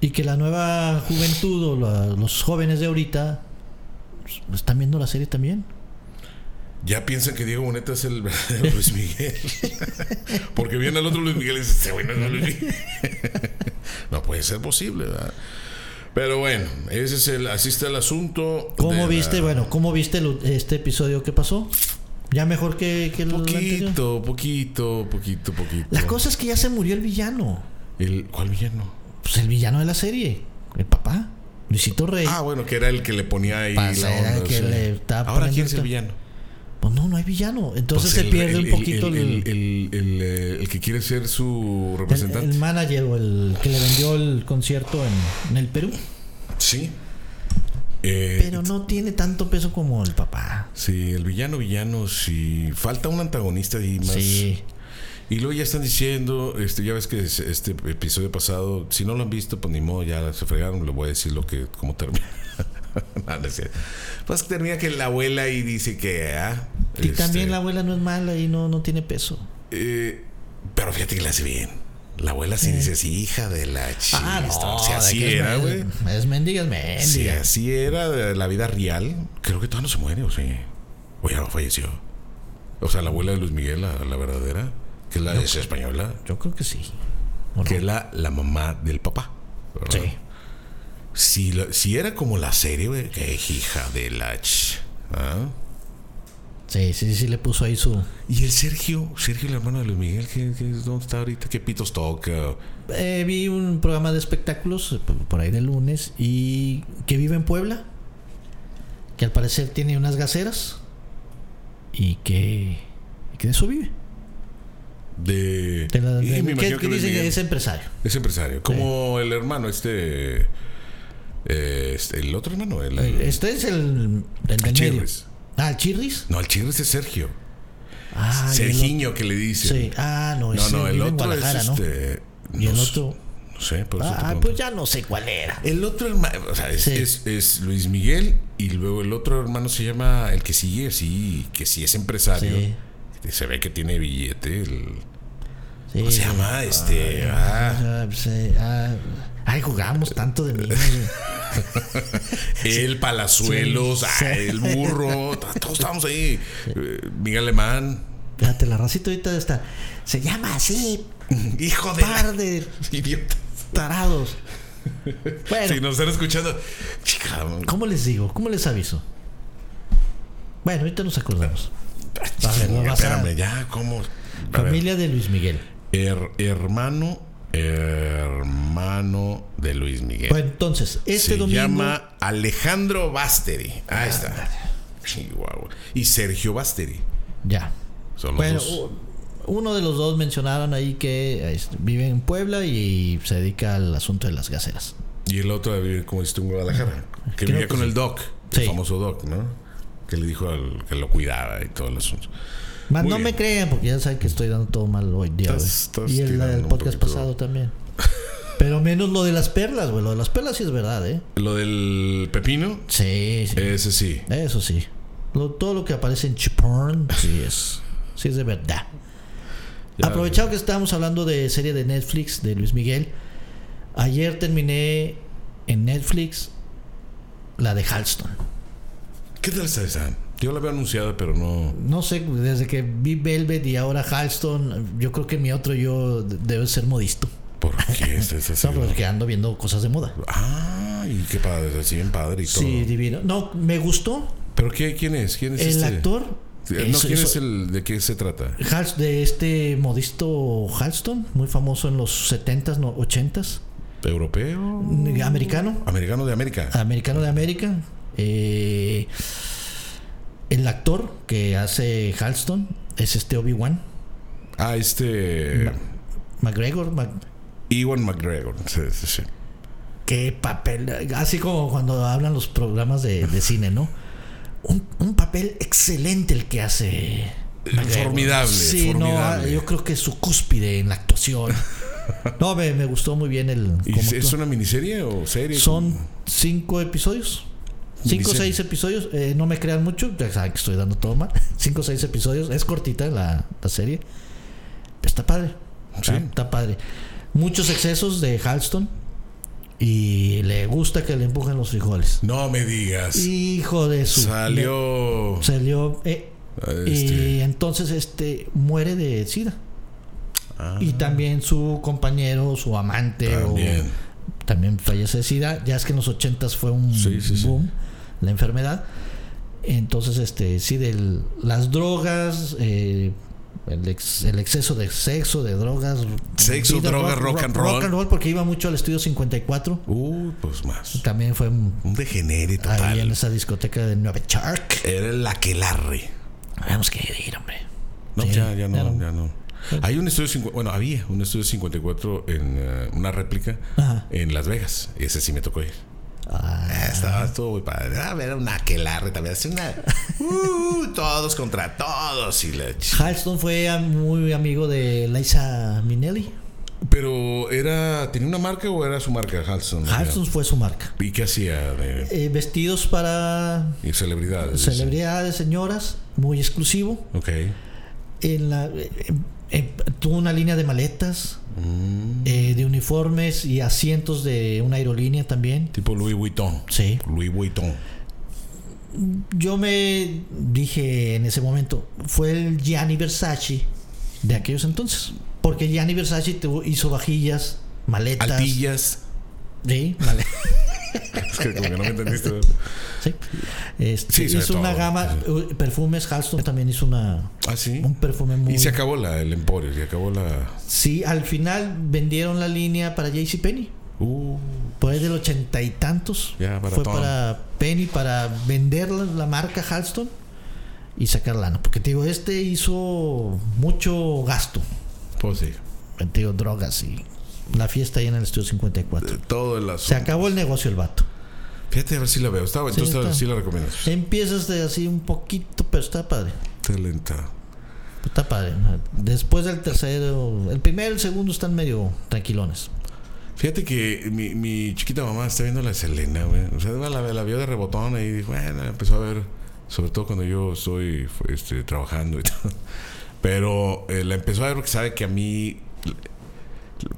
Speaker 1: Y que la nueva juventud o la- los jóvenes de ahorita pues, están viendo la serie también.
Speaker 2: Ya piensan que Diego Boneta es el verdadero Luis Miguel. Porque viene el otro Luis Miguel y dice, este güey no es el Luis Miguel. no puede ser posible, ¿verdad? Pero bueno, ese es el, así está el asunto. de
Speaker 1: ¿Cómo
Speaker 2: la-
Speaker 1: viste? Bueno, ¿cómo viste el- este episodio que pasó? Ya mejor que, que el anterior.
Speaker 2: Poquito, poquito, poquito, poquito.
Speaker 1: La cosa es que ya se murió el villano.
Speaker 2: El, ¿Cuál villano?
Speaker 1: Pues el villano de la serie. El papá. Luisito Rey.
Speaker 2: Ah, bueno, que era el que le ponía ahí
Speaker 1: Pasa,
Speaker 2: la
Speaker 1: era
Speaker 2: onda.
Speaker 1: el Eh. que
Speaker 2: sí.
Speaker 1: le estaba
Speaker 2: Ahora,
Speaker 1: poniendo
Speaker 2: ¿quién es el
Speaker 1: esta-
Speaker 2: villano?
Speaker 1: Pues no, no hay villano. Entonces
Speaker 2: Pues
Speaker 1: se
Speaker 2: el-
Speaker 1: pierde
Speaker 2: el-
Speaker 1: un poquito el,
Speaker 2: el, el, el- el, eh, el que quiere ser su
Speaker 1: el-
Speaker 2: representante.
Speaker 1: el manager o el que le vendió el concierto en, en el Perú.
Speaker 2: sí. Eh,
Speaker 1: Pero no tiene tanto peso como el papá.
Speaker 2: Sí, el villano, villano, sí. Falta un antagonista ahí más.
Speaker 1: Sí.
Speaker 2: Y luego ya están diciendo, este, ya ves que es- este episodio pasado, si no lo han visto, pues ni modo, ya se fregaron, les voy a decir lo que, cómo termina. No, no es cierto. pues termina que la abuela y dice que... ah,
Speaker 1: Y
Speaker 2: este,
Speaker 1: también la abuela no es mala y no, no tiene peso.
Speaker 2: eh, pero fíjate que la hace bien. La abuela sí dice así, hija de la chica. si
Speaker 1: Ah, de
Speaker 2: así
Speaker 1: que es
Speaker 2: era,
Speaker 1: men-
Speaker 2: güey.
Speaker 1: Es mendiga, es mendiga.
Speaker 2: Si así era de la vida real, creo que todavía no se muere, o sí. O ya falleció. O sea, la abuela de Luis Miguel, la, la verdadera, que es la es española,
Speaker 1: Yo creo que sí. ¿O no?
Speaker 2: que es la, la mamá del papá. ¿verdad?
Speaker 1: Sí.
Speaker 2: Si, la- si era como la serie, güey, que hija de la ch. ¿ah?
Speaker 1: Sí, sí, sí, le puso ahí su.
Speaker 2: Y el Sergio, Sergio, el hermano de Luis Miguel, ¿qué, qué- dónde está ahorita? ¿Qué pitos toca?
Speaker 1: Eh, vi un programa de espectáculos eh, por- por ahí del lunes y que vive en Puebla, que al parecer tiene unas gaceras y que, y que de eso vive.
Speaker 2: De.
Speaker 1: De la-
Speaker 2: Y
Speaker 1: de-
Speaker 2: me
Speaker 1: que-
Speaker 2: imagino
Speaker 1: que
Speaker 2: que Luis
Speaker 1: dicen que
Speaker 2: Miguel
Speaker 1: es empresario.
Speaker 2: es empresario. Como el hermano, este. eh, este, el otro hermano, el.
Speaker 1: Eh, Este es el, el del medio.
Speaker 2: Chirris.
Speaker 1: Ah, el Chirris.
Speaker 2: No, el chirris es Sergio.
Speaker 1: Ah, y el
Speaker 2: Sergiño que le
Speaker 1: otro-
Speaker 2: dice.
Speaker 1: Sí. Ah, no,
Speaker 2: No,
Speaker 1: ese
Speaker 2: no, el
Speaker 1: vive en
Speaker 2: otro es
Speaker 1: Guadalajara, ¿no?
Speaker 2: este.
Speaker 1: Y el
Speaker 2: no,
Speaker 1: otro.
Speaker 2: no sé, por eso te
Speaker 1: Ah,
Speaker 2: pregunto.
Speaker 1: pues ya no sé cuál era.
Speaker 2: El otro hermano, o sea, es,
Speaker 1: Sí.
Speaker 2: es- es Luis Miguel y luego el otro hermano se llama el que sigue, sí, que sí es empresario.
Speaker 1: Sí.
Speaker 2: Se ve que tiene billete. El,
Speaker 1: Sí,
Speaker 2: ¿Cómo se llama? Este. ah,
Speaker 1: ah, sí, ah. Ay, jugábamos tanto de niños. güey.
Speaker 2: el Palazuelos,
Speaker 1: Sí.
Speaker 2: ah, el burro. t- Todos estábamos ahí. Eh, Miguel Alemán.
Speaker 1: Fíjate, la racita ahorita está. Se llama así,
Speaker 2: Hijo de. la-
Speaker 1: par de
Speaker 2: Idiota.
Speaker 1: tarados. Bueno,
Speaker 2: Si nos están escuchando. Chica,
Speaker 1: ¿cómo les digo? ¿Cómo les aviso? Bueno, ahorita nos acordamos. A ver, no vas a-
Speaker 2: espérame, ya, ¿cómo? A ver. Eh,
Speaker 1: Familia de Luis Miguel.
Speaker 2: Her- hermano, hermano de Luis Miguel.
Speaker 1: Bueno, entonces, este
Speaker 2: se
Speaker 1: domingo. Ah,
Speaker 2: llama Alejandro Basteri. Ahí está. Chihuahua. Y Sergio Basteri.
Speaker 1: Ya.
Speaker 2: Son los
Speaker 1: Bueno, uh,
Speaker 2: dos.
Speaker 1: u- uno de los dos mencionaron ahí que este, vive en Puebla y se dedica al asunto de las gaceras.
Speaker 2: Y el otro vive como estuvo en Guadalajara. Que
Speaker 1: Creo
Speaker 2: vivía
Speaker 1: que
Speaker 2: con
Speaker 1: sí.
Speaker 2: el Doc,
Speaker 1: Sí.
Speaker 2: el famoso Doc, ¿no? Que le dijo al- que lo cuidaba y todo el asunto.
Speaker 1: Más
Speaker 2: Muy
Speaker 1: no me
Speaker 2: bien.
Speaker 1: crean porque ya saben que estoy dando todo mal hoy día. güey.
Speaker 2: Estás- estás
Speaker 1: y el,
Speaker 2: tirando
Speaker 1: el
Speaker 2: un
Speaker 1: podcast
Speaker 2: poquito.
Speaker 1: pasado también. Pero menos lo de las perlas, güey. Lo de las perlas sí es verdad, ¿eh?
Speaker 2: Lo del pepino,
Speaker 1: Sí, sí.
Speaker 2: ese sí.
Speaker 1: Eso sí. Lo- todo lo que aparece en Chiporn, sí es. Sí es de verdad.
Speaker 2: Ya-
Speaker 1: Aprovechado que estábamos hablando de serie de Netflix de Luis Miguel. Ayer terminé en Netflix la de Halston.
Speaker 2: ¿Qué tal está esa? Yo la había anunciada, pero no.
Speaker 1: No sé, desde que vi Velvet y ahora Halston, yo creo que mi otro yo de- debe ser modisto.
Speaker 2: ¿Por qué está esa
Speaker 1: No,
Speaker 2: serie?
Speaker 1: porque ando viendo cosas de moda.
Speaker 2: Ah, y qué padre, sí, bien padre y todo.
Speaker 1: Sí, divino. No, me gustó
Speaker 2: ¿Pero qué, quién es? ¿Quién es
Speaker 1: el
Speaker 2: este?
Speaker 1: actor.
Speaker 2: Sí, No,
Speaker 1: Eso-
Speaker 2: ¿quién
Speaker 1: eso-
Speaker 2: es el de qué se trata?
Speaker 1: Hals- de este modisto Halston, muy famoso en los 70s, no, 80s,
Speaker 2: ¿Europeo?
Speaker 1: americano,
Speaker 2: ¿Americano de América?
Speaker 1: americano de América. Eh, el actor que hace Halston es este Obi-Wan
Speaker 2: Ah, este.
Speaker 1: McGregor. Mac-
Speaker 2: Ewan McGregor. Sí, sí, sí.
Speaker 1: qué papel, así como cuando hablan los programas de, de cine, ¿no? Un, un papel excelente el que hace. McGregor.
Speaker 2: Formidable,
Speaker 1: Sí, no,
Speaker 2: formidable.
Speaker 1: yo creo que es su cúspide en la actuación. No, me, me gustó muy bien el.
Speaker 2: ¿Y
Speaker 1: cómo
Speaker 2: es, es
Speaker 1: actúa.
Speaker 2: una miniserie o serie?
Speaker 1: Son cinco episodios. Cinco o
Speaker 2: Miniserie.
Speaker 1: seis episodios. Eh, no me crean mucho. Ya saben que estoy dando todo mal. Cinco o seis episodios. Es cortita la, la serie. Está padre.
Speaker 2: Sí.
Speaker 1: Está, está padre. Muchos excesos de Halston. Y le gusta que le empujen los frijoles.
Speaker 2: No me digas.
Speaker 1: Hijo de su.
Speaker 2: Salió.
Speaker 1: le- Eh, salió. eh, Y
Speaker 2: este,
Speaker 1: entonces este muere de sida.
Speaker 2: Ah.
Speaker 1: Y también su compañero, su amante o
Speaker 2: también.
Speaker 1: también fallece de SIDA. Ya es que en los 80 fue un
Speaker 2: Sí, sí, sí.
Speaker 1: boom la enfermedad. Entonces, este, sí, de las drogas, eh, el, ex- el exceso de sexo, de drogas.
Speaker 2: Sexo, drogas, rock and roll.
Speaker 1: Rock and roll, porque iba mucho al estudio 54.
Speaker 2: Uy, pues más.
Speaker 1: También fue un-
Speaker 2: Un degenere
Speaker 1: ahí en
Speaker 2: total.
Speaker 1: esa discoteca de Nueva York.
Speaker 2: Era el aquelarre.
Speaker 1: Tenemos que ir, hombre.
Speaker 2: No,
Speaker 1: Sí,
Speaker 2: ya, ya no,
Speaker 1: ya
Speaker 2: ya
Speaker 1: no.
Speaker 2: no. Hay un estudio, cincu- bueno, había un estudio 54 en eh, una réplica
Speaker 1: Ajá.
Speaker 2: en Las Vegas. Ese sí me tocó ir.
Speaker 1: Ah,
Speaker 2: Estaba estuvo muy padre. Ah, A ver, un aquelarre también. Así una, uh, todos contra todos. Y la ch-
Speaker 1: Halston fue am- muy amigo de Liza Minnelli.
Speaker 2: Pero era, ¿tenía una marca o era su marca Halston?
Speaker 1: Halston fue su marca.
Speaker 2: ¿Y qué hacía de
Speaker 1: Eh, vestidos para
Speaker 2: y celebridades?
Speaker 1: celebridades, señoras, muy exclusivo.
Speaker 2: Ok.
Speaker 1: En la, eh, eh, tuvo una línea de maletas,
Speaker 2: Mm.
Speaker 1: eh, de uniformes y asientos de una aerolínea también.
Speaker 2: Tipo Louis Vuitton.
Speaker 1: Sí.
Speaker 2: Louis Vuitton.
Speaker 1: Yo me dije en ese momento, fue el Gianni Versace de aquellos entonces. Porque Gianni Versace tuvo- hizo vajillas, maletas.
Speaker 2: Altillas.
Speaker 1: Sí, male-
Speaker 2: es que como que no me entendiste.
Speaker 1: Sí. Este,
Speaker 2: Sí, se ve
Speaker 1: hizo una
Speaker 2: todo.
Speaker 1: gama, uh, perfumes, Halston también hizo una,
Speaker 2: Ah, sí.
Speaker 1: un perfume muy...
Speaker 2: Y se acabó la, el emporio, se acabó la.
Speaker 1: Sí, al final vendieron la línea para JCPenney.
Speaker 2: Uh,
Speaker 1: Por ahí del ochenta y tantos.
Speaker 2: Ya,
Speaker 1: fue
Speaker 2: baratón.
Speaker 1: para Penny para vender la, la marca Halston y sacar lana. Porque te digo, este hizo mucho gasto.
Speaker 2: pues sí.
Speaker 1: Te digo, drogas y la fiesta ahí en el estudio 54.
Speaker 2: Todo el
Speaker 1: Se
Speaker 2: asunto.
Speaker 1: acabó el negocio el vato.
Speaker 2: Fíjate a ver si la veo. Está, entonces
Speaker 1: está.
Speaker 2: sí la recomiendas.
Speaker 1: Empiezas de así un poquito, pero está padre.
Speaker 2: Está lenta.
Speaker 1: Está padre. Después del tercero, el primero y el segundo están medio tranquilones.
Speaker 2: Fíjate que mi, mi chiquita mamá está viendo la de Selena, güey. O sea, la, la vio de rebotón y dijo, bueno, empezó a ver, sobre todo cuando yo estoy fue, este, trabajando y todo. Pero eh, la empezó a ver porque sabe que a mí.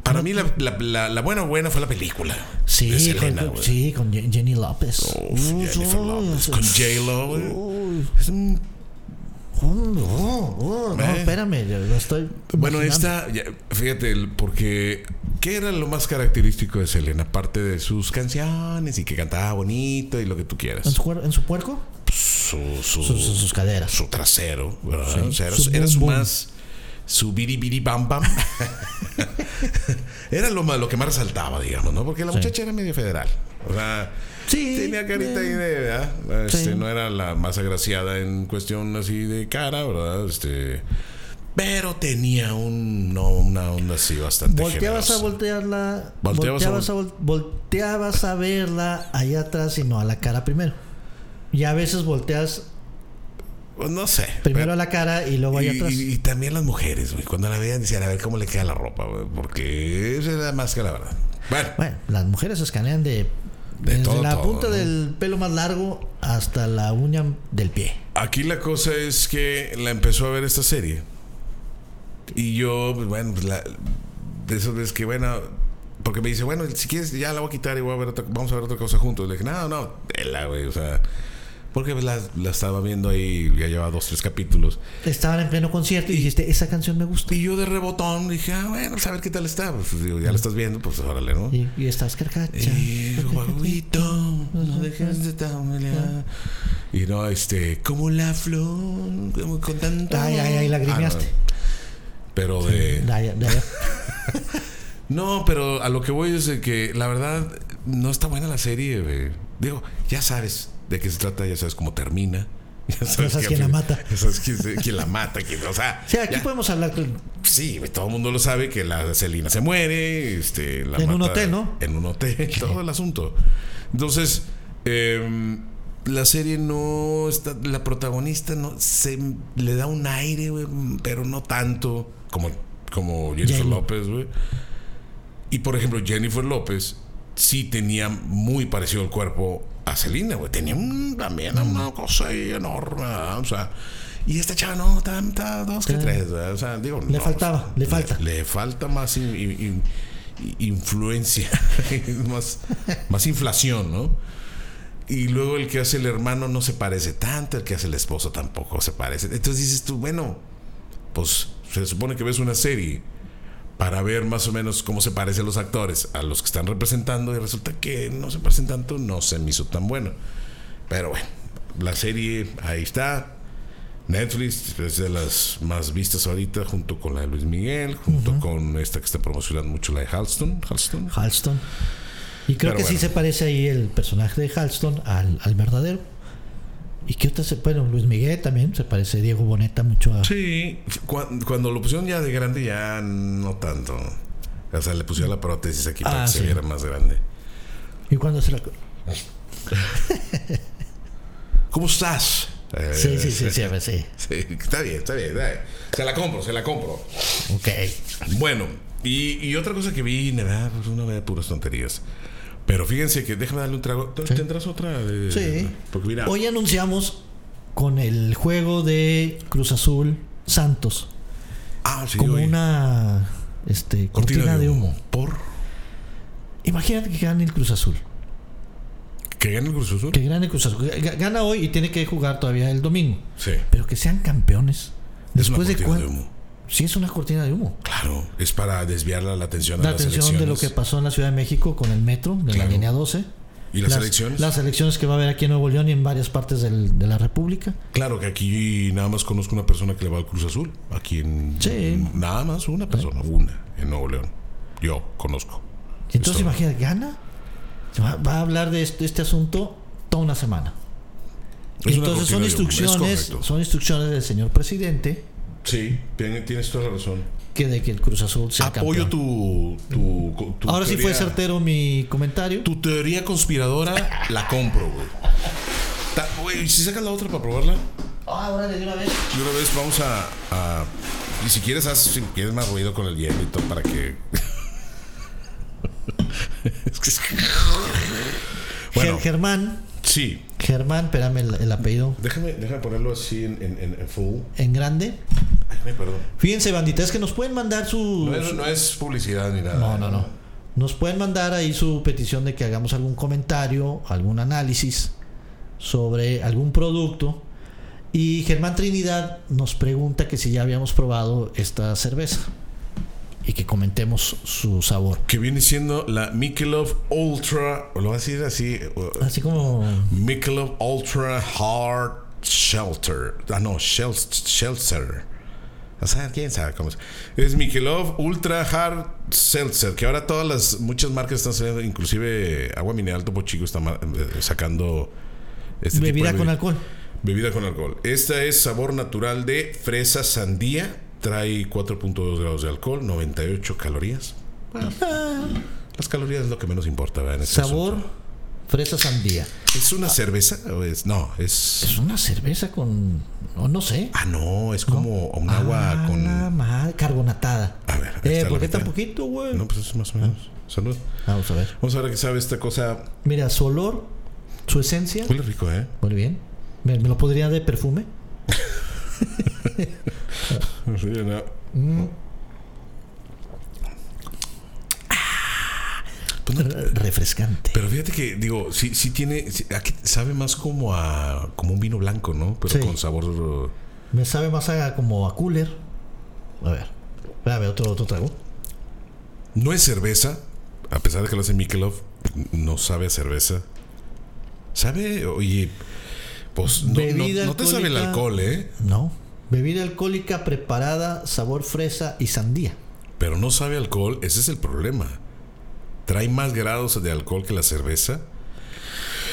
Speaker 2: Para mí, la, la, la- la buena buena fue la película. de
Speaker 1: Sí,
Speaker 2: Selena,
Speaker 1: con,
Speaker 2: güey.
Speaker 1: sí, con Ye- Jenny López.
Speaker 2: Uf,
Speaker 1: Uy,
Speaker 2: Jennifer
Speaker 1: uy,
Speaker 2: Lopez
Speaker 1: sí.
Speaker 2: con J-Lo, güey.
Speaker 1: Uy.
Speaker 2: Es un-
Speaker 1: Mm, oh, oh, no,
Speaker 2: Eh.
Speaker 1: espérame, yo lo estoy.
Speaker 2: Bueno,
Speaker 1: imaginando.
Speaker 2: esta, ya, fíjate, el- porque ¿qué era lo más característico de Selena? Aparte de sus canciones y que cantaba bonito y lo que tú
Speaker 1: ¿En
Speaker 2: quieras.
Speaker 1: su, cuer- en su puerco?
Speaker 2: Su- su-
Speaker 1: Sus, sus- sus caderas.
Speaker 2: su trasero, ¿verdad?
Speaker 1: Sí.
Speaker 2: O sea, era
Speaker 1: Su
Speaker 2: su, era
Speaker 1: bum
Speaker 2: su
Speaker 1: bum.
Speaker 2: más. Su biri biri bam bam. era lo, más, lo que más resaltaba, digamos, ¿no? Porque la muchacha era medio federal. O sea,
Speaker 1: Sí.
Speaker 2: tenía carita ahí
Speaker 1: eh,
Speaker 2: de. ¿verdad? Este,
Speaker 1: Sí.
Speaker 2: No era la más agraciada en cuestión así de cara, ¿verdad? Este. Pero tenía un, no, una onda así bastante
Speaker 1: Volteabas
Speaker 2: generosa.
Speaker 1: a voltearla.
Speaker 2: Volteabas a
Speaker 1: Volteabas a, vol- volteabas a verla allá atrás y no a la cara primero. Y a veces volteas
Speaker 2: No sé.
Speaker 1: primero a la cara y luego allá
Speaker 2: Y,
Speaker 1: atrás.
Speaker 2: y- y también las mujeres, güey. Cuando la veían decían, a ver cómo le queda la ropa, güey. Porque esa era más que la verdad. Bueno,
Speaker 1: Bueno, las mujeres escanean de.
Speaker 2: De
Speaker 1: desde
Speaker 2: todo,
Speaker 1: la
Speaker 2: todo,
Speaker 1: punta
Speaker 2: ¿no?
Speaker 1: del pelo más largo hasta la uña del pie.
Speaker 2: aquí la cosa es que la empezó a ver esta serie. Y yo, pues, bueno, pues, la- de esas veces que, bueno, porque me dice, bueno, si quieres, ya la voy a quitar y voy a ver otra- vamos a ver otra cosa juntos. Le dije, no, no, la, güey, o sea. Porque pues, la, la estaba viendo ahí, ya llevaba dos, tres capítulos.
Speaker 1: Estaban en pleno concierto y dijiste, esa canción me gusta.
Speaker 2: Y yo de rebotón dije, ah, bueno, pues, a ver qué tal está. Pues, digo, ya la estás viendo, pues órale, ¿no?
Speaker 1: Y, y estás carcacha.
Speaker 2: Y guaguito, no dejes de tambalear. Y no, este, como la flor, como con tanto.
Speaker 1: Ay, ay, ay, lagrimeaste.
Speaker 2: Ah, no. Pero de.
Speaker 1: Da, ya, da, ya.
Speaker 2: No, pero a lo que voy es de que la verdad no está buena la serie, güey. Digo, ya sabes de qué se trata, ya sabes cómo termina. Ya sabes,
Speaker 1: sabes
Speaker 2: que-
Speaker 1: quién la mata.
Speaker 2: Ya sabes quién, se- quién la mata. quién- o sea,
Speaker 1: O sea, aquí
Speaker 2: ya-
Speaker 1: podemos hablar con-
Speaker 2: Sí, güey, todo el mundo lo sabe que la Celina se muere. Este, la
Speaker 1: En un
Speaker 2: mata
Speaker 1: hotel, ¿no?
Speaker 2: En un hotel, todo el asunto. Entonces, eh, la serie no está. La protagonista no se le da un aire, güey, pero no tanto como, como Jennifer
Speaker 1: Jenny.
Speaker 2: López, güey. Y por ejemplo, Jennifer López sí tenía muy parecido el cuerpo a Selena, güey. Tenía un- también
Speaker 1: Mm.
Speaker 2: una cosa ahí enorme, ¿verdad? o sea. Y esta chava no, tan, tan, dos que
Speaker 1: Sí.
Speaker 2: tres, ¿verdad? o sea, digo,
Speaker 1: Le faltaba, le falta.
Speaker 2: Le, falta más in- in- in- in- influencia, más, más inflación, ¿no? Y luego el que hace el hermano no se parece tanto, el que hace el esposo tampoco se parece. Entonces dices tú, bueno, pues se supone que ves una serie para ver más o menos cómo se parecen los actores a los que están representando y resulta que no se parecen tanto, no se me hizo tan bueno. Pero bueno, la serie ahí está. Netflix es de las más vistas ahorita junto con la de Luis Miguel, junto con esta que está promocionando mucho la de Halston. Halston.
Speaker 1: Halston. Y creo
Speaker 2: Pero
Speaker 1: que sí
Speaker 2: bueno.
Speaker 1: se parece ahí el personaje de Halston al, al verdadero. ¿Y qué otra se Bueno, Luis Miguel también se parece a Diego Boneta mucho a.
Speaker 2: Sí, cuan- cuando lo pusieron ya de grande ya no tanto. O sea, le pusieron la prótesis aquí para
Speaker 1: Ah,
Speaker 2: que se
Speaker 1: sí.
Speaker 2: viera más grande.
Speaker 1: Y cuando se la.
Speaker 2: Eh, ¿Cómo estás? Eh,
Speaker 1: Sí, sí, sí, sí, a ver, sí.
Speaker 2: Sí, está bien, está bien. dale. Se la compro, se la compro.
Speaker 1: Ok.
Speaker 2: Bueno, y, y otra cosa que vi, nada, pues una de puras tonterías. Pero fíjense que déjame darle un trago. ¿Tú ¿Tendrás otra? de-
Speaker 1: Sí.
Speaker 2: Porque mira,
Speaker 1: Hoy anunciamos con el juego de Cruz Azul Santos.
Speaker 2: ah, sí,
Speaker 1: como
Speaker 2: hoy.
Speaker 1: una este, cortina, de humo.
Speaker 2: Por
Speaker 1: Imagínate que gane el Cruz Azul.
Speaker 2: que gane el Cruz Azul.
Speaker 1: Que gane el Cruz Azul. Ga- Gana hoy y tiene que jugar todavía el domingo.
Speaker 2: Sí.
Speaker 1: Pero que sean campeones.
Speaker 2: Es una
Speaker 1: Después de
Speaker 2: cortina
Speaker 1: cuál.
Speaker 2: de humo.
Speaker 1: Sí, es una cortina de humo.
Speaker 2: Claro, es para desviar la, la atención a
Speaker 1: La
Speaker 2: las
Speaker 1: atención de lo
Speaker 2: elecciones.
Speaker 1: que pasó en la Ciudad de México con el metro, de
Speaker 2: Claro.
Speaker 1: la línea 12.
Speaker 2: ¿Y las elecciones?
Speaker 1: Las elecciones que va a haber aquí en Nuevo León y en varias partes del- de la República.
Speaker 2: Claro que aquí nada más conozco una persona que le va al Cruz Azul. Aquí en.
Speaker 1: Sí.
Speaker 2: en- nada más una persona, una, en Nuevo León. Yo conozco.
Speaker 1: Y entonces
Speaker 2: Eso.
Speaker 1: imagínate, gana. Va, va a hablar de este, este asunto toda una semana.
Speaker 2: Es una
Speaker 1: entonces
Speaker 2: cortina
Speaker 1: son
Speaker 2: de humo, es
Speaker 1: instrucciones,
Speaker 2: correcto.
Speaker 1: son instrucciones del señor presidente
Speaker 2: Sí, tien- tienes toda la razón.
Speaker 1: que de que el Cruz Azul sea
Speaker 2: Apoyo
Speaker 1: campeón.
Speaker 2: tu, tu, co- tu
Speaker 1: Ahora sí fue
Speaker 2: teoría-
Speaker 1: certero mi comentario.
Speaker 2: Tu teoría conspiradora la compro, güey. Ta- Güey, si sacas la otra para probarla,
Speaker 1: Ah, órale, de una vez.
Speaker 2: de una vez vamos a. a- y si quieres, haz si quieres más ruido con el hielo y todo para que. Es que es- bueno,
Speaker 1: Ger- Germán,
Speaker 2: sí.
Speaker 1: Germán, espérame el, el apellido
Speaker 2: Déjame, déjame ponerlo así en, en, en- en full.
Speaker 1: en grande.
Speaker 2: Ay, me perdón.
Speaker 1: Fíjense, banditas, que nos pueden mandar su.
Speaker 2: No es, no es publicidad ni nada.
Speaker 1: No, no, no. Nos pueden mandar ahí su petición de que hagamos algún comentario, algún análisis sobre algún producto. Y Germán Trinidad nos pregunta que si ya habíamos probado esta cerveza y que comentemos su sabor.
Speaker 2: Que viene siendo la Michelob Ultra. o Lo voy a decir así. o-
Speaker 1: Así como
Speaker 2: Este Michelob Ultra Hard Shelter. Ah, no, Shel- Shelter. O sea, quién sabe cómo es. Es Michelob Ultra Hard Seltzer, que ahora todas las muchas marcas están saliendo, inclusive Agua Mineral Topo Chico está ma- eh, sacando este tipo de
Speaker 1: bebida con
Speaker 2: bebi-
Speaker 1: alcohol.
Speaker 2: Bebida con alcohol. Esta es sabor natural de fresa sandía. Trae 4.2 grados de alcohol, 98 calorías.
Speaker 1: Ah,
Speaker 2: Las calorías es lo que menos importa, ¿verdad? En este
Speaker 1: sabor
Speaker 2: asunto.
Speaker 1: fresa sandía.
Speaker 2: ¿Es una cerveza? o es- no, es.
Speaker 1: Este Es una cerveza con no, no sé.
Speaker 2: Ah, no, es como un agua
Speaker 1: Ah,
Speaker 2: con.
Speaker 1: la madre, carbonatada.
Speaker 2: A ver, ahí
Speaker 1: eh,
Speaker 2: está
Speaker 1: ¿por
Speaker 2: la
Speaker 1: qué tan
Speaker 2: mitad.
Speaker 1: poquito, güey?
Speaker 2: No, pues es más o menos. Salud.
Speaker 1: Vamos a ver.
Speaker 2: Vamos a ver qué sabe esta cosa.
Speaker 1: Mira, su olor, su esencia.
Speaker 2: Huele rico, ¿eh?
Speaker 1: Muy bien. ¿Me, me lo podría de perfume?
Speaker 2: Sí, no.
Speaker 1: Re- refrescante.
Speaker 2: Pero fíjate que, digo, sí, sí tiene. sí, aquí sabe más como a. como un vino blanco, ¿no? Pero
Speaker 1: Sí.
Speaker 2: con sabor. uh,
Speaker 1: Me sabe más a, como a cooler. A ver. Espérame, otro, otro trago.
Speaker 2: No es cerveza. A pesar de que lo hace Mikelov, no sabe a cerveza. Sabe, oye. Pues no, no,
Speaker 1: Bebida
Speaker 2: no te sabe el alcohol,
Speaker 1: alcohólica.
Speaker 2: ¿eh?
Speaker 1: No. Bebida alcohólica preparada, sabor fresa y sandía.
Speaker 2: Pero no sabe a alcohol, ese es el problema. Trae más grados de alcohol que la cerveza.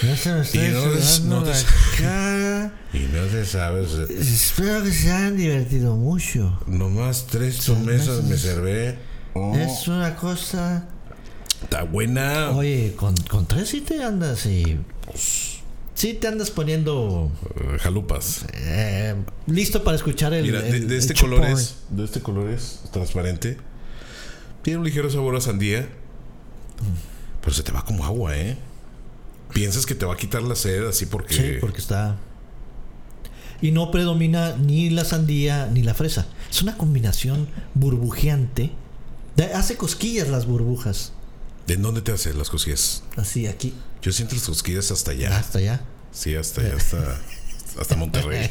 Speaker 1: Ya se me
Speaker 2: Y no es-
Speaker 1: sudando
Speaker 2: no te-
Speaker 1: cara.
Speaker 2: Y no se sabe. o sea,
Speaker 1: Espero que se hayan divertido mucho.
Speaker 2: nomás tres mesas me servé. Oh,
Speaker 1: una cosa...
Speaker 2: está buena.
Speaker 1: Oye, con, con tres sí te andas y... pues, Sí te andas poniendo...
Speaker 2: Eh, jalupas.
Speaker 1: eh, listo para escuchar el...
Speaker 2: Mira, de,
Speaker 1: el-
Speaker 2: de
Speaker 1: el
Speaker 2: este color
Speaker 1: chupoy.
Speaker 2: es. De este color es transparente. Tiene un ligero sabor a sandía. Pero se te va como agua, ¿eh? Piensas que te va a quitar la sed así porque.
Speaker 1: Sí, porque está. Y no predomina ni la sandía ni la fresa. Es una combinación burbujeante. Da- hace cosquillas las burbujas.
Speaker 2: ¿De dónde te hacen las cosquillas?
Speaker 1: Así, aquí,
Speaker 2: Yo siento las cosquillas hasta allá.
Speaker 1: hasta allá.
Speaker 2: Sí, hasta allá, hasta, hasta Monterrey.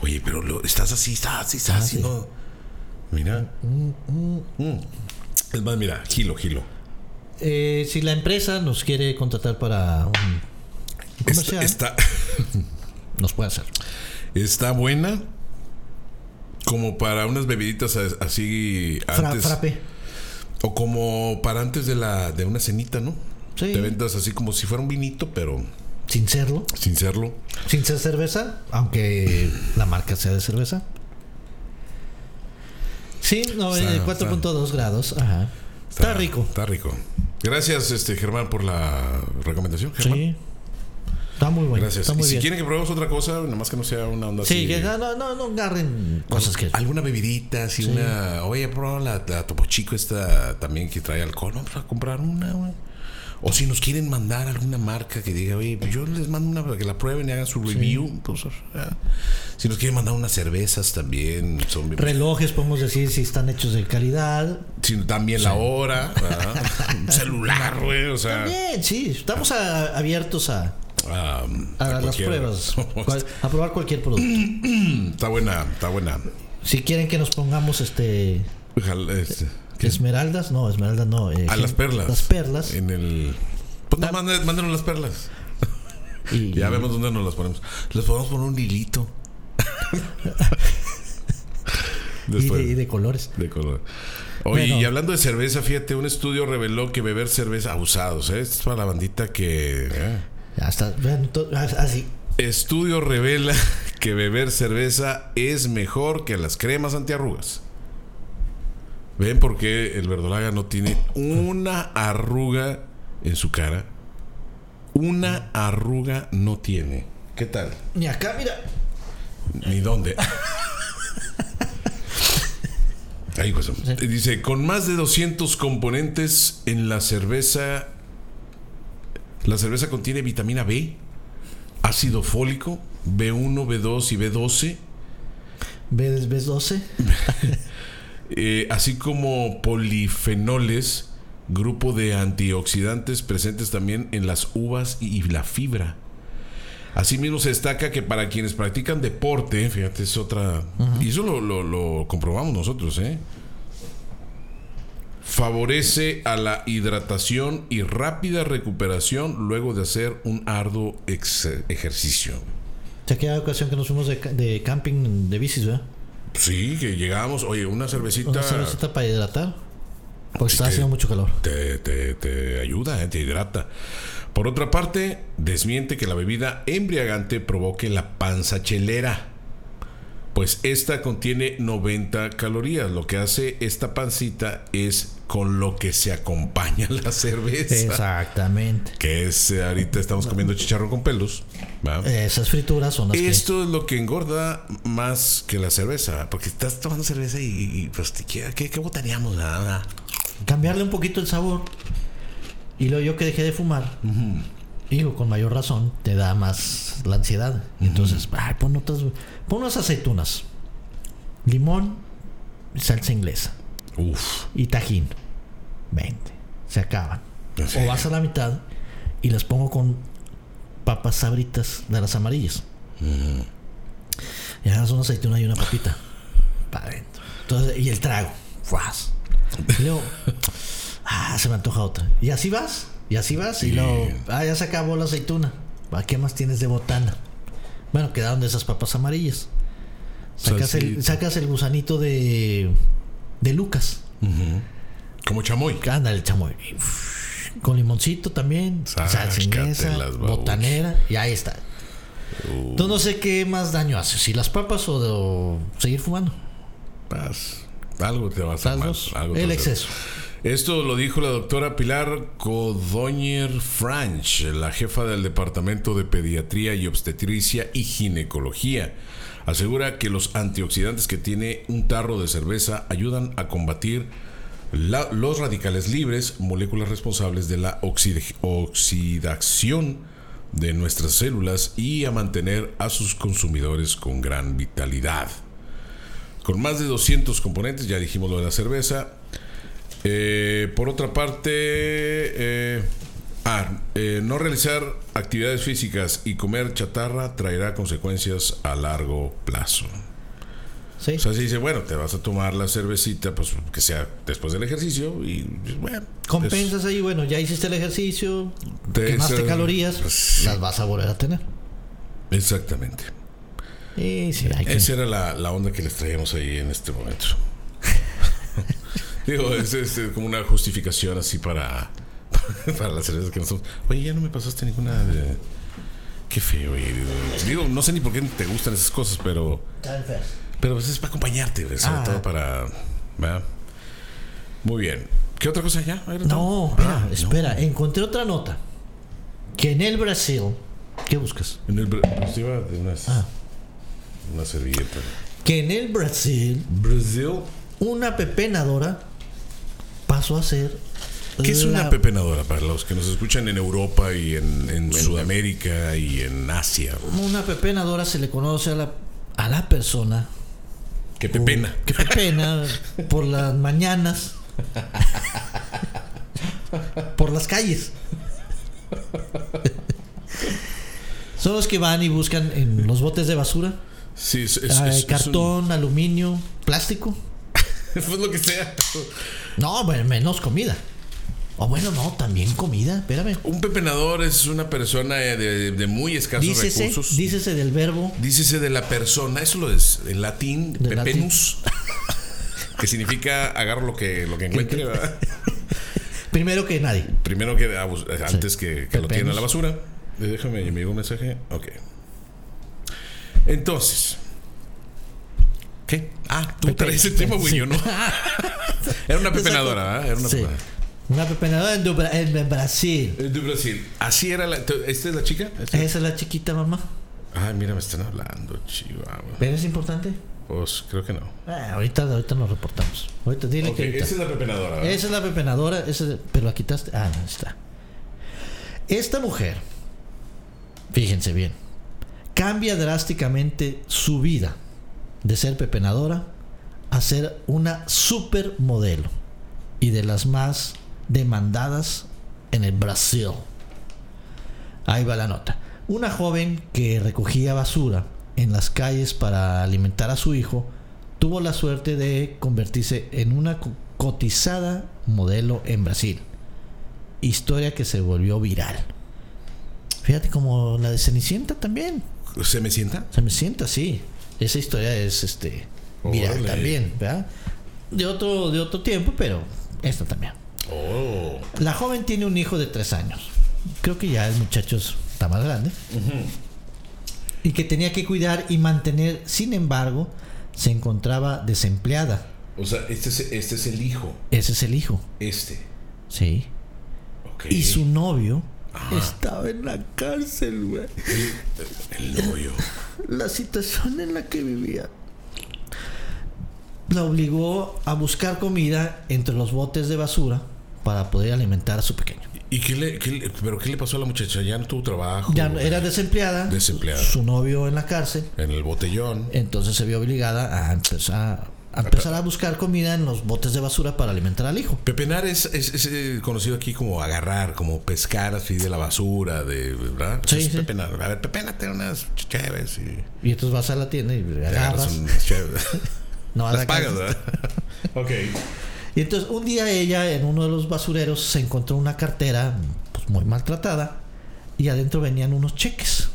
Speaker 2: Oye, pero lo- estás así, estás así, estás
Speaker 1: Ah,
Speaker 2: así,
Speaker 1: sí.
Speaker 2: ¿no? Mira. Mm. Es más, mira, gilo, gilo.
Speaker 1: Eh, si la empresa nos quiere contratar para un un
Speaker 2: Está,
Speaker 1: comercial,
Speaker 2: está,
Speaker 1: nos puede hacer.
Speaker 2: está buena como para unas bebiditas as- así
Speaker 1: Fra-
Speaker 2: antes.
Speaker 1: frappe.
Speaker 2: o como para antes de la de una cenita, ¿no?
Speaker 1: Sí.
Speaker 2: Te ventas así como si fuera un vinito, pero
Speaker 1: Sin serlo.
Speaker 2: sin serlo.
Speaker 1: Sin ser cerveza, aunque la marca sea de cerveza. Sí, no, eh,
Speaker 2: Está-
Speaker 1: 4.2 grados. Ajá. Está rico.
Speaker 2: Está rico. Gracias, este Germán, por la recomendación. Germán.
Speaker 1: Sí. Está muy bueno.
Speaker 2: Gracias.
Speaker 1: Está muy
Speaker 2: y si
Speaker 1: bien.
Speaker 2: quieren que probemos otra cosa, nada más que no sea una onda
Speaker 1: sí,
Speaker 2: así.
Speaker 1: que no, no, no, no agarren cosas que.
Speaker 2: Alguna bebidita, así una. Oye, bro, la, la Topo Chico esta también que trae alcohol. Vamos a comprar una, güey. O si nos quieren mandar alguna marca que diga, oye, pues yo les mando una para que la prueben y hagan su review. pues, o sea, si nos quieren mandar unas cervezas también, son bien-
Speaker 1: Relojes, podemos decir si están hechos de calidad.
Speaker 2: si no, también la hora, ¿verdad? un celular, güey, o sea.
Speaker 1: Bien, sí, estamos a- abiertos a,
Speaker 2: ah,
Speaker 1: a las
Speaker 2: cualquier-
Speaker 1: pruebas, cual- a probar cualquier producto.
Speaker 2: está buena, está buena.
Speaker 1: Si quieren que nos pongamos este
Speaker 2: Ojalá, este,
Speaker 1: esmeraldas, no, esmeraldas no. eh,
Speaker 2: A las Ah, perlas.
Speaker 1: Las perlas.
Speaker 2: en el Pues nada, mándenos, mándenos las perlas.
Speaker 3: Y,
Speaker 2: Ya vemos dónde nos las ponemos. Les podemos poner un hilito.
Speaker 1: Y de,
Speaker 2: Después.
Speaker 1: y de colores.
Speaker 2: De color. Oye,
Speaker 1: Bueno.
Speaker 2: y hablando de cerveza, fíjate, un estudio reveló que beber cerveza abusados, ¿eh? Esto es para la bandita que. eh.
Speaker 1: Hasta, bueno, to- ah, así.
Speaker 2: Estudio revela que beber cerveza es mejor que las cremas antiarrugas. ¿Ven por qué el verdolaga no tiene una arruga en su cara? Una arruga no tiene. ¿Qué tal?
Speaker 1: Ni acá, mira.
Speaker 2: ¿Ni dónde? Ahí, pues, dice, con más de 200 componentes en la cerveza, la cerveza contiene vitamina B, ácido fólico, B1, B2 y B12,
Speaker 1: ¿Ves, ves 12?
Speaker 2: eh, así como polifenoles, grupo de antioxidantes presentes también en las uvas y la fibra. Asimismo se destaca que para quienes practican deporte, fíjate, es otra... Y eso lo, lo- lo comprobamos nosotros, ¿eh? Favorece a la hidratación y rápida recuperación luego de hacer un arduo ex- ejercicio.
Speaker 1: Se aquella ocasión que nos fuimos de, ca- de camping de bicis, ¿verdad?
Speaker 2: Sí, que llegábamos, oye, una cervecita...
Speaker 1: Una cervecita para hidratar. Porque
Speaker 2: Sí,
Speaker 1: está
Speaker 2: que-
Speaker 1: haciendo mucho calor.
Speaker 2: te, te- te ayuda, eh, te hidrata. Por otra parte, desmiente que la bebida embriagante provoque la panza chelera. Pues esta contiene 90 calorías. Lo que hace esta pancita es con lo que se acompaña la cerveza.
Speaker 1: Exactamente.
Speaker 2: Que es, eh, ahorita estamos comiendo chicharrón con pelos. ¿va?
Speaker 1: Esas frituras son las
Speaker 2: Esto es lo Eh, que engorda más que la cerveza, ¿va? porque estás tomando cerveza y, y, y, pues, ¿qué, qué, qué botaneamos? Nada.
Speaker 1: que cambiarle un poquito el sabor. Y luego yo que dejé de fumar, digo, con mayor razón, te da más la ansiedad. Entonces, ay, pon otras, pon unas aceitunas, limón, salsa inglesa
Speaker 2: Uf.
Speaker 1: y tajín. 20. Se acaban.
Speaker 2: Sí.
Speaker 1: O vas a la mitad y las pongo con papas sabritas de las amarillas. Y agarras una aceituna y una papita. Para adentro. Entonces, y el trago. Fuas. Y luego, ah, se me antoja otra. Y así vas, y así vas, y
Speaker 2: Sí.
Speaker 1: luego, ah, ya se acabó la aceituna. Ah, ¿Qué más tienes de botana? Bueno, quedaron de esas papas amarillas. Sacas, el,
Speaker 2: Salsita.
Speaker 1: sacas el gusanito de, de Lucas.
Speaker 2: Como chamoy.
Speaker 1: Ándale, el chamoy. Y, uff, Con limoncito también. Salsa
Speaker 2: Sácatelas,
Speaker 1: inglesa,
Speaker 2: babuch.
Speaker 1: botanera. Y ahí está. Entonces no sé qué más daño hace. Si las papas o, de- o seguir fumando.
Speaker 2: Vas. Algo te vas a
Speaker 1: Las
Speaker 2: mal,
Speaker 1: dos.
Speaker 2: algo te
Speaker 1: El
Speaker 2: vas a-
Speaker 1: exceso.
Speaker 2: Esto lo dijo la doctora Pilar Codoñer Franch, la jefa del Departamento de Pediatría y Obstetricia y Ginecología. Asegura que los antioxidantes que tiene un tarro de cerveza ayudan a combatir la- los radicales libres, moléculas responsables de la oxide- oxidación de nuestras células y a mantener a sus consumidores con gran vitalidad. Con más de 200 componentes, ya dijimos lo de la cerveza, eh, por otra parte, eh, ah, eh, no realizar actividades físicas y comer chatarra traerá consecuencias a largo plazo.
Speaker 1: Sí.
Speaker 2: O sea, si dice, bueno, te vas a tomar la cervecita, pues que sea después del ejercicio y pues, bueno.
Speaker 1: Compensas ahí, bueno, ya hiciste el ejercicio,
Speaker 2: Te-
Speaker 1: quemaste
Speaker 2: se-
Speaker 1: calorías,
Speaker 2: pues,
Speaker 1: las vas a volver a tener.
Speaker 2: es- exactamente.
Speaker 1: Y sí, hay que-
Speaker 2: Esa era la, la onda que les traíamos ahí en este momento. Digo, es, es, eh, como una justificación así para, para las cervezas que nosotros. Oye, ya no me pasaste ninguna de. Qué feo, oye. Digo, no sé ni por qué te gustan esas cosas, pero. Pero pues es para acompañarte, güey, sobre
Speaker 1: Ah.
Speaker 2: todo para. ¿verdad? Muy bien. ¿Qué otra cosa ya? ¿Era todo?
Speaker 1: No, espera,
Speaker 2: Ah, no.
Speaker 1: espera. Encontré otra nota. Que en el Brasil. ¿Qué buscas?
Speaker 2: En el. br- Pues iba de unas.
Speaker 1: Ah.
Speaker 2: Una servilleta.
Speaker 1: Que en el Brasil,
Speaker 2: Brasil.
Speaker 1: una pepenadora pasó a ser.
Speaker 2: ¿Qué es una
Speaker 1: la-
Speaker 2: pepenadora para los que nos escuchan en Europa y en, en Sudamérica y en Asia?
Speaker 1: Una pepenadora se le conoce a la, a la persona
Speaker 2: Que pepena.
Speaker 1: que pepena por las mañanas, por las calles. Son los que van y buscan en los botes de basura,
Speaker 2: Sí, es, es-
Speaker 1: eh,
Speaker 2: es- es
Speaker 1: cartón, aluminio, plástico.
Speaker 2: un- pues lo que sea.
Speaker 1: No, bueno, menos comida. O bueno, no, también comida, espérame.
Speaker 2: Un pepenador es una persona eh, de, de muy escasos
Speaker 1: Dícese,
Speaker 2: recursos.
Speaker 1: dícese del verbo
Speaker 2: Dícese de la persona, eso lo es en latín,
Speaker 1: De
Speaker 2: pepenus, que significa agarro lo que, lo que encuentre, ¿verdad?
Speaker 1: primero que nadie.
Speaker 2: Primero que ah, pues, eh, antes que, que lo
Speaker 1: Pepenus.
Speaker 2: tiren a la basura. Eh, Déjame, me llegó un mensaje. Ok. Entonces. ¿Qué? Ah, tú
Speaker 1: Pepe-
Speaker 2: traes el tema, güey,
Speaker 1: sí.
Speaker 2: yo no. Era una pepenadora, ¿verdad? Era una
Speaker 1: Sí.
Speaker 2: pepenadora.
Speaker 1: Una pepenadora en, Dubra- en- en Brasil.
Speaker 2: Eh, De Brasil. Así era la. ¿Esta es la chica? ¿Esta?
Speaker 1: Esa es la chiquita, mamá.
Speaker 2: Ay, mira, me están hablando, chihuahua.
Speaker 1: ¿Pero es importante?
Speaker 2: Pues creo que no.
Speaker 1: Ah, ahorita, ahorita nos reportamos. Ahorita, dile
Speaker 2: Ok,
Speaker 1: que ahorita.
Speaker 2: esa es la pepenadora. ¿verdad?
Speaker 1: Esa es la pepenadora, esa es- pero la quitaste. Ah, no está. Esta mujer, fíjense bien, cambia drásticamente su vida de ser pepenadora a ser una supermodelo y de las más demandadas en el Brasil. Ahí va la nota. Una joven que recogía basura en las calles para alimentar a su hijo tuvo la suerte de convertirse en una co- cotizada modelo en Brasil. Historia que se volvió viral. Fíjate como la de Cenicienta también.
Speaker 2: ¿Se me sienta?
Speaker 1: Se me sienta así. Esa historia es este viral
Speaker 2: Órale.
Speaker 1: también, ¿verdad? De otro, de otro tiempo, pero esta también.
Speaker 2: Oh.
Speaker 1: La joven tiene un hijo de tres años. Creo que ya el muchacho es- está más grande. Y que tenía que cuidar y mantener. Sin embargo, se encontraba desempleada.
Speaker 2: O sea, este es, este es el hijo.
Speaker 1: Ese es el hijo.
Speaker 2: Este.
Speaker 1: Sí.
Speaker 2: Ok.
Speaker 1: Y su novio estaba en la cárcel, güey.
Speaker 2: El novio.
Speaker 1: La situación en la que vivía la obligó a buscar comida entre los botes de basura para poder alimentar a su pequeño.
Speaker 2: ¿Y qué le, qué le- pero qué le pasó a la muchacha? Ya no tuvo trabajo.
Speaker 1: Ya no- era desempleada.
Speaker 2: Oh, Desempleada.
Speaker 1: Su novio en la cárcel.
Speaker 2: En el botellón.
Speaker 1: Entonces se vio obligada a empezar a, empezar a buscar comida en los botes de basura para alimentar al hijo.
Speaker 2: Pepenar es, es- es, eh, conocido aquí como agarrar, como pescar así de la basura, de, ¿verdad?
Speaker 1: Sí,
Speaker 2: Eso es
Speaker 1: sí.
Speaker 2: pepenar. A ver, pepenate unas chéves y
Speaker 1: Y entonces vas a la tienda y
Speaker 2: te
Speaker 1: agarras.
Speaker 2: agarras unas chéves.
Speaker 1: no, a la
Speaker 2: Las pagas,
Speaker 1: calle.
Speaker 2: ¿verdad? ok.
Speaker 1: Y entonces un día ella en uno de los basureros se encontró una cartera pues, muy maltratada y adentro venían unos cheques.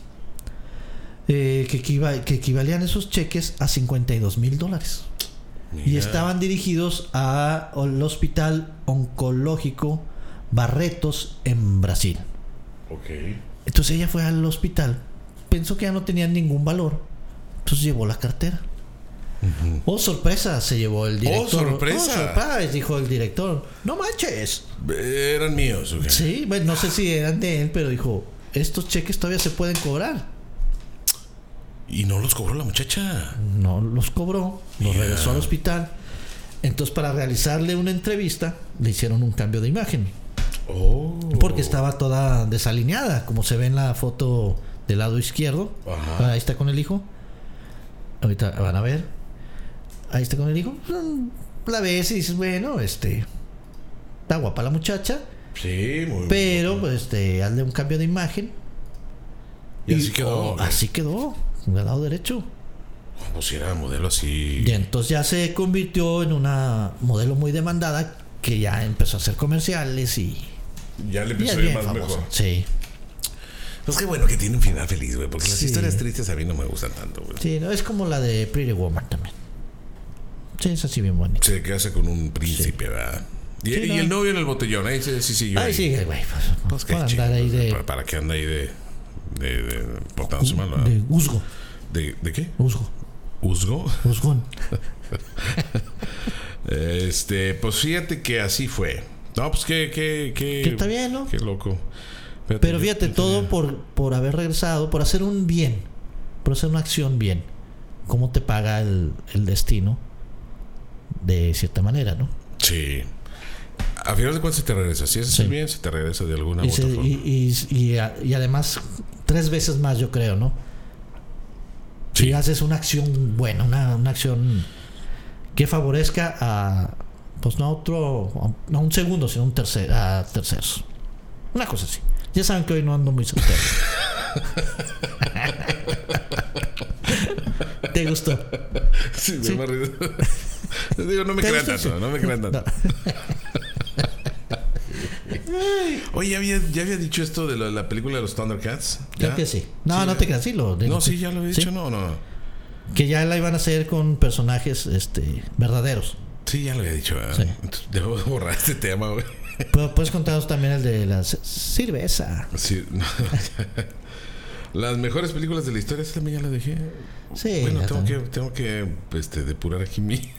Speaker 1: eh, que, equiva- que equivalían esos cheques a 52 mil dólares. Y
Speaker 2: Mira.
Speaker 1: estaban dirigidos al Hospital Oncológico Barretos en Brasil.
Speaker 2: Ok.
Speaker 1: Entonces ella fue al hospital, pensó que ya no tenían ningún valor, entonces llevó la cartera. Oh, sorpresa, se llevó el director.
Speaker 2: sorpresa!
Speaker 1: surprise, dijo el director. No manches.
Speaker 2: Eran míos, ok.
Speaker 1: Sí, bueno, no sé si eran de él, pero dijo, estos cheques todavía se pueden cobrar.
Speaker 2: Y no los cobró la muchacha.
Speaker 1: No los cobró, los
Speaker 2: Yeah.
Speaker 1: regresó al hospital. Entonces, para realizarle una entrevista, le hicieron un cambio de imagen.
Speaker 2: Oh.
Speaker 1: Porque estaba toda desalineada, como se ve en la foto del lado izquierdo.
Speaker 2: Ajá.
Speaker 1: Ahí está con el hijo. Ahorita van a ver. Ahí está con el hijo. La ves y dices, bueno, este. Está guapa la muchacha.
Speaker 2: Sí, muy
Speaker 1: Pero, pues, este, hazle un cambio de imagen.
Speaker 2: Y así quedó.
Speaker 1: oh, así quedó. Del lado derecho.
Speaker 2: Pues si era modelo así.
Speaker 1: Y entonces ya se convirtió en una modelo muy demandada que ya empezó a hacer comerciales y.
Speaker 2: Ya le
Speaker 1: y
Speaker 2: empezó
Speaker 1: es
Speaker 2: a ir
Speaker 1: bien
Speaker 2: más
Speaker 1: famosa.
Speaker 2: mejor.
Speaker 1: Sí.
Speaker 2: Pues qué bueno que tiene un final feliz, güey. Porque las
Speaker 1: Sí.
Speaker 2: historias tristes a mí no me gustan tanto, güey.
Speaker 1: Sí, no, es como la de Pretty Woman también. Sí, es así bien bonita.
Speaker 2: Se casa con un príncipe, ¿verdad? Y,
Speaker 1: Sí,
Speaker 2: y
Speaker 1: no.
Speaker 2: el novio en el botellón, ahí sí, sí, sí. yo
Speaker 1: Ahí
Speaker 2: ahí.
Speaker 1: sigue, güey. Pues,
Speaker 2: Pues qué
Speaker 1: por
Speaker 2: chido,
Speaker 1: andar ahí
Speaker 2: pues,
Speaker 1: de,
Speaker 2: ¿Para, para qué anda ahí de. de. de portándose mal, ¿verdad?
Speaker 1: de Usgo.
Speaker 2: ¿De, de qué?
Speaker 1: Usgo.
Speaker 2: ¿Usgo?
Speaker 1: Usgón.
Speaker 2: Este, pues fíjate que así fue. No, pues qué, qué, qué.
Speaker 1: Que está bien, ¿no?
Speaker 2: Qué loco.
Speaker 1: Pero
Speaker 2: yo-
Speaker 1: fíjate,
Speaker 2: yo
Speaker 1: todo por, por haber regresado, por hacer un bien, por hacer una acción bien. ¿Cómo te paga el, el destino? De cierta manera, ¿no?
Speaker 2: Sí. A final de cuentas se te regresa. Si es
Speaker 1: Sí.
Speaker 2: bien, se te regresa de alguna u
Speaker 1: Y,
Speaker 2: otra
Speaker 1: se-
Speaker 2: forma.
Speaker 1: y, y- y a- y además, tres veces más, yo creo, ¿no?
Speaker 2: Sí.
Speaker 1: Si haces una acción buena, una, una acción que favorezca a, pues no a otro, no a un segundo, sino a un tercer, a terceros. Una cosa así. Ya saben que hoy no ando muy soltero. ¿Te gustó?
Speaker 2: Sí, me
Speaker 1: Sí.
Speaker 2: me río. Digo, no me
Speaker 1: ¿Te
Speaker 2: crean
Speaker 1: gustó?
Speaker 2: tanto, no me crean tanto.
Speaker 1: No.
Speaker 2: Oye, ¿ya había, ya había dicho esto de la, la película de los Thundercats.
Speaker 1: Creo
Speaker 2: ¿Ya?
Speaker 1: que sí. No, no
Speaker 2: ya.
Speaker 1: te creas, sí lo
Speaker 2: No,
Speaker 1: digo,
Speaker 2: sí, ya lo había
Speaker 1: sí.
Speaker 2: dicho, no, no.
Speaker 1: Que ya la iban a hacer con personajes este verdaderos.
Speaker 2: Sí, ya lo había dicho. ¿verdad?
Speaker 1: Sí.
Speaker 2: Entonces, Debo de borrar este tema, güey.
Speaker 1: Pero puedes contarnos también el de la c- cerveza.
Speaker 2: Sí, no. Las mejores películas de la historia, esa también ya la dejé.
Speaker 1: Sí,
Speaker 2: bueno,
Speaker 1: Eh, ya
Speaker 2: tengo que,
Speaker 1: también.
Speaker 2: tengo que este, depurar aquí mi,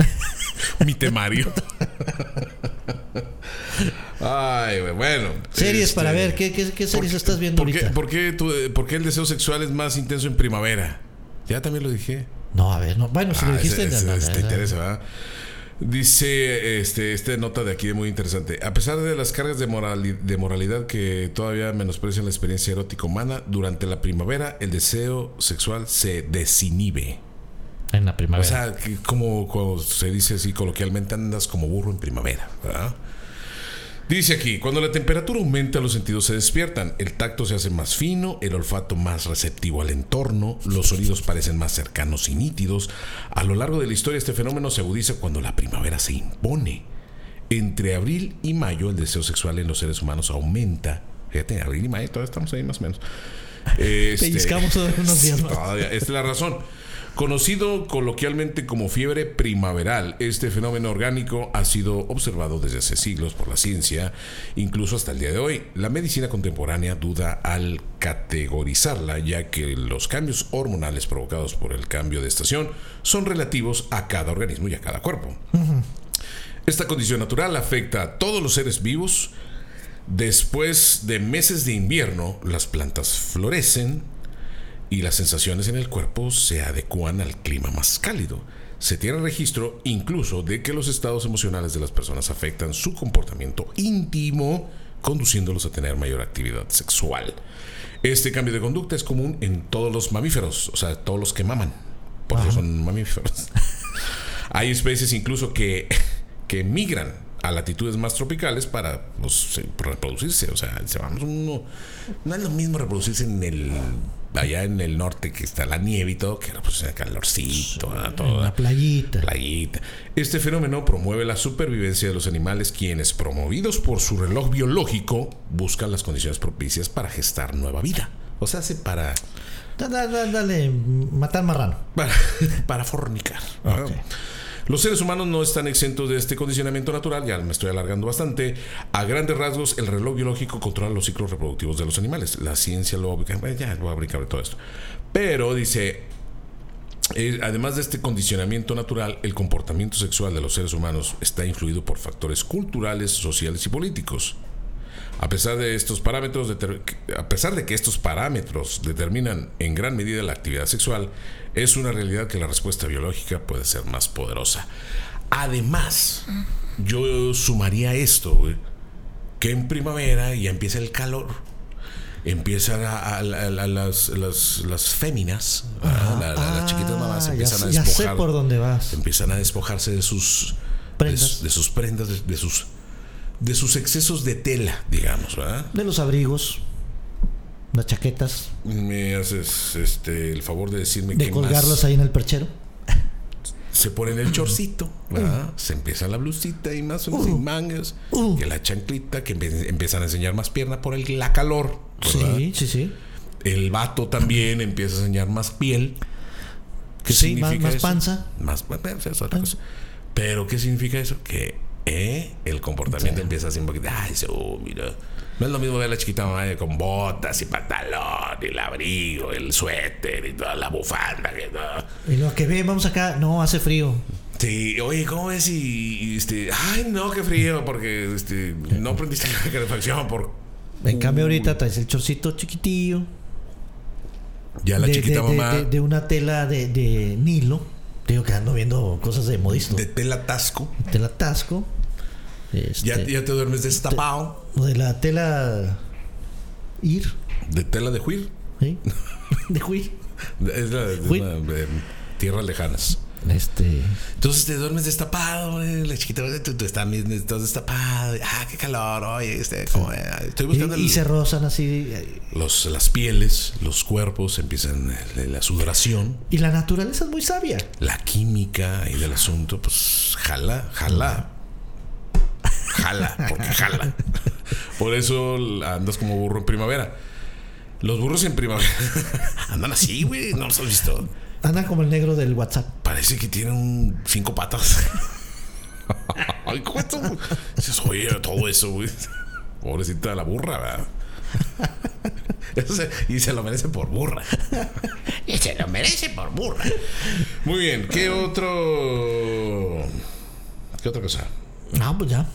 Speaker 2: mi temario. Ay, güey, bueno.
Speaker 1: Series
Speaker 2: este,
Speaker 1: para ver, ¿qué, qué, qué series
Speaker 2: qué-
Speaker 1: estás viendo
Speaker 2: ¿por qué,
Speaker 1: ahorita?
Speaker 2: por qué tu- por qué el deseo sexual es más intenso en primavera? Ya también lo dije.
Speaker 1: No, a ver, no. Bueno, si
Speaker 2: Ah,
Speaker 1: Pues, lo dijiste,
Speaker 2: ese- ese-
Speaker 1: no, no,
Speaker 2: ese
Speaker 1: no,
Speaker 2: te
Speaker 1: no.
Speaker 2: interesa, ¿verdad? Dice este, esta nota de aquí muy interesante. A pesar de las cargas de, morali- de moralidad que todavía menosprecian la experiencia erótica humana, durante la primavera el deseo sexual se desinhibe.
Speaker 1: en la
Speaker 2: O
Speaker 1: primavera.
Speaker 2: sea, que como, como se dice así coloquialmente, andas como burro en primavera, ¿verdad? Dice aquí, cuando la temperatura aumenta, los sentidos se despiertan, el tacto se hace más fino, el olfato más receptivo al entorno, los sonidos parecen más cercanos y nítidos. A lo largo de la historia este fenómeno se agudiza cuando la primavera se impone. Entre abril y mayo el deseo sexual en los seres humanos aumenta. Fíjate, abril y mayo todavía estamos ahí más o menos. Este,
Speaker 1: Pellizcamos todavía unos días más.
Speaker 2: Todavía, esta es la razón. Conocido coloquialmente como fiebre primaveral, este fenómeno orgánico ha sido observado desde hace siglos por la ciencia, incluso hasta el día de hoy. La medicina contemporánea duda al categorizarla, ya que los cambios hormonales provocados por el cambio de estación son relativos a cada organismo y a cada cuerpo. Esta condición natural afecta a todos los seres vivos. Después de meses de invierno, las plantas florecen y las sensaciones en el cuerpo se adecúan al clima más cálido. Se tiene registro incluso de que los estados emocionales de las personas afectan su comportamiento íntimo, conduciéndolos a tener mayor actividad sexual. Este cambio de conducta es común en todos los mamíferos, o sea, todos los que maman, por eso son mamíferos. Hay especies incluso que, que migran a latitudes más tropicales para pues, se- reproducirse. O sea, se vamos uno. No es lo mismo reproducirse en el. allá en el norte que está la nieve y todo, que pues el calorcito, ¿verdad? todo.
Speaker 1: la playita.
Speaker 2: Playita. Este fenómeno promueve la supervivencia de los animales quienes, promovidos por su reloj biológico, buscan las condiciones propicias para gestar nueva vida. O sea, se para
Speaker 1: Da- da- da- dale, matar marrano.
Speaker 2: para, para fornicar. ¿no? Los seres humanos no están exentos de este condicionamiento natural, ya me estoy alargando bastante. A grandes rasgos, el reloj biológico controla los ciclos reproductivos de los animales. La ciencia lo... bueno, Ya voy a brincar de todo esto. Pero dice, eh, además de este condicionamiento natural, el comportamiento sexual de los seres humanos está influido por factores culturales, sociales y políticos. A pesar de estos parámetros, deter- a pesar de que estos parámetros determinan en gran medida la actividad sexual, es una realidad que la respuesta biológica puede ser más poderosa. Además, yo sumaría esto, güey, que en primavera ya empieza el calor, empiezan a, a- a- a las, las, las féminas, ¿verdad? La- la- las chiquitas mamás
Speaker 1: Ah,
Speaker 2: empiezan
Speaker 1: ya,
Speaker 2: a
Speaker 1: sé- ya
Speaker 2: despojar
Speaker 1: sé por dónde vas.
Speaker 2: empiezan a despojarse de sus
Speaker 1: Prendas.
Speaker 2: De, de sus prendas, de, de sus de sus excesos de tela, digamos, ¿verdad?
Speaker 1: De los abrigos, las chaquetas,
Speaker 2: Me haces este el favor de decirme
Speaker 1: de
Speaker 2: qué
Speaker 1: colgarlos Mm.
Speaker 2: más.
Speaker 1: ahí en el perchero.
Speaker 2: Se ponen el chorcito, ¿verdad? Se empieza la blusita y más unos
Speaker 1: Mm.
Speaker 2: sin mangas,
Speaker 1: Uh.
Speaker 2: que la chanclita, que empe- empiezan a enseñar más pierna por el, la calor, ¿verdad?
Speaker 1: Sí, sí, sí.
Speaker 2: El vato también empieza a enseñar más piel. ¿Qué
Speaker 1: Sí, más-
Speaker 2: significa
Speaker 1: más
Speaker 2: eso?
Speaker 1: panza.
Speaker 2: Más panza, esa es otra cosa. Pero ¿qué significa eso? Que eh, el comportamiento empieza así un poquito. Ay, dice, oh, mira. No es lo mismo ver a la chiquita mamá eh, con botas y pantalón, y el abrigo, el suéter y toda la bufanda. Que, todo.
Speaker 1: Y lo que ve, vamos acá. No, hace frío.
Speaker 2: Sí, oye, ¿cómo es? Y, y, este, ay, no, qué frío, porque este, no prendiste la calefacción por. Uh.
Speaker 1: En cambio, ahorita traes el chorcito chiquitillo.
Speaker 2: Ya la
Speaker 1: de,
Speaker 2: chiquita
Speaker 1: de- de-
Speaker 2: mamá.
Speaker 1: de- de una tela de, de nilo. Te digo que ando viendo cosas de modisto.
Speaker 2: de tela tasco.
Speaker 1: tela tasco. Este,
Speaker 2: Ya, ya te duermes destapado.
Speaker 1: o de la tela ir.
Speaker 2: De tela de juir.
Speaker 1: ¿sí? de juir.
Speaker 2: Es la, es
Speaker 1: Juir.
Speaker 2: la de tierras lejanas.
Speaker 1: Este.
Speaker 2: Entonces te duermes destapado, eh, la chiquita, eh, tú, tú estás, estás destapado. Ah, qué calor, oye, este, como, eh, estoy
Speaker 1: Y,
Speaker 2: buscando
Speaker 1: y
Speaker 2: el-
Speaker 1: se rozan así. eh,
Speaker 2: los, las pieles, los cuerpos, empiezan eh, la sudoración,
Speaker 1: Y la naturaleza es muy sabia.
Speaker 2: la química y del asunto, pues jala, jala. Jala, porque jala. Por eso andas como burro en primavera. Los burros en primavera andan así, güey. No los has visto.
Speaker 1: Andan como el negro del WhatsApp.
Speaker 2: Parece que tienen un cinco patas. Ay, ¿cuánto? Dices, oye, todo eso, güey. Pobrecita de la burra, ¿verdad? Eso se- y se lo merece por burra. y se lo merece por burra. Muy bien, ¿qué otro. ¿Qué otra cosa?
Speaker 1: Ah, pues ya.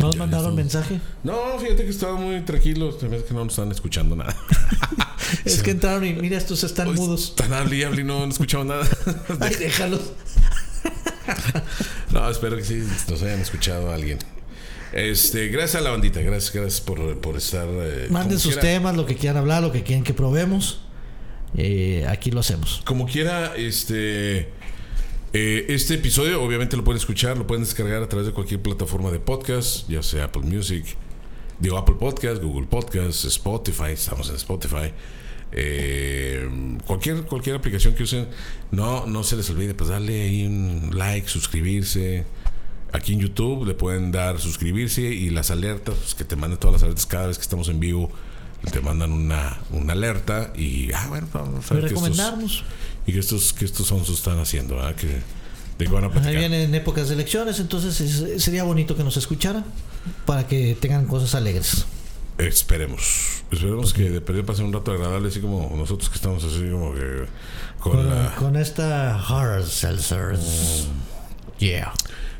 Speaker 1: Nos mandaron mensaje.
Speaker 2: No, fíjate que estaba muy tranquilo. Se me hace que no nos están escuchando nada. Pues,
Speaker 1: Es que entraron y mira, estos están mudos.
Speaker 2: Tan hable y hable y no han escuchado nada.
Speaker 1: Ay, déjalos.
Speaker 2: No, espero que sí nos hayan escuchado a alguien. Este, gracias a la bandita, gracias, gracias por, por estar. eh,
Speaker 1: Manden
Speaker 2: como
Speaker 1: sus
Speaker 2: quiera.
Speaker 1: temas, lo que quieran hablar, lo que quieran que probemos. Eh, aquí lo hacemos.
Speaker 2: Como quiera, este. eh, este episodio, obviamente, lo pueden escuchar, lo pueden descargar a través de cualquier plataforma de podcast, ya sea Apple Music, digo Apple Podcast, Google Podcast, Spotify, estamos en Spotify. eh, cualquier, cualquier aplicación que usen, no, no se les olvide, pues darle ahí un like, suscribirse. Aquí en YouTube le pueden dar suscribirse y las alertas, pues, que te manden todas las alertas cada vez que estamos en vivo. Te mandan una, una alerta y, ah, bueno, vamos a
Speaker 1: Y
Speaker 2: ver que estos-
Speaker 1: recomendarnos.
Speaker 2: y que estos, que estos onzos están haciendo, ¿verdad? Que, de que van a
Speaker 1: Ahí
Speaker 2: platicar.
Speaker 1: vienen épocas de elecciones, entonces es- sería bonito que nos escucharan para que tengan cosas alegres.
Speaker 2: Esperemos. Esperemos que de perder pasen un rato agradable, así como nosotros que estamos así como que con
Speaker 1: Con,
Speaker 2: la...
Speaker 1: con esta Hard Seltzers. Yeah.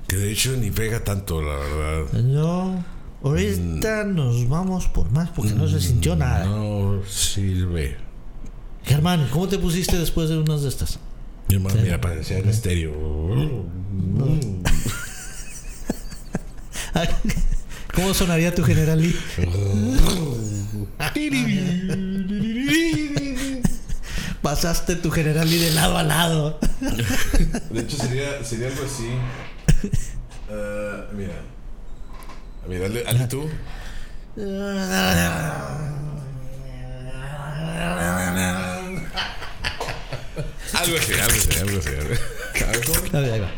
Speaker 2: Que de hecho ni pega tanto, la verdad.
Speaker 1: No, ahorita nos vamos por más porque no se sintió nada.
Speaker 2: No sirve.
Speaker 1: Germán, ¿cómo te pusiste después de unas de estas?
Speaker 2: Mi hermano, mira, parecía en estéreo.
Speaker 1: ¿Cómo sonaría tu general Lee? Pasaste tu general Lee de lado a lado.
Speaker 2: De hecho, sería, sería algo así. Ah, mira. Mira, dale, dale tú. Algo así, algo así, algo así. algo así. A ver, ¿cómo?
Speaker 1: A ver, ahí va.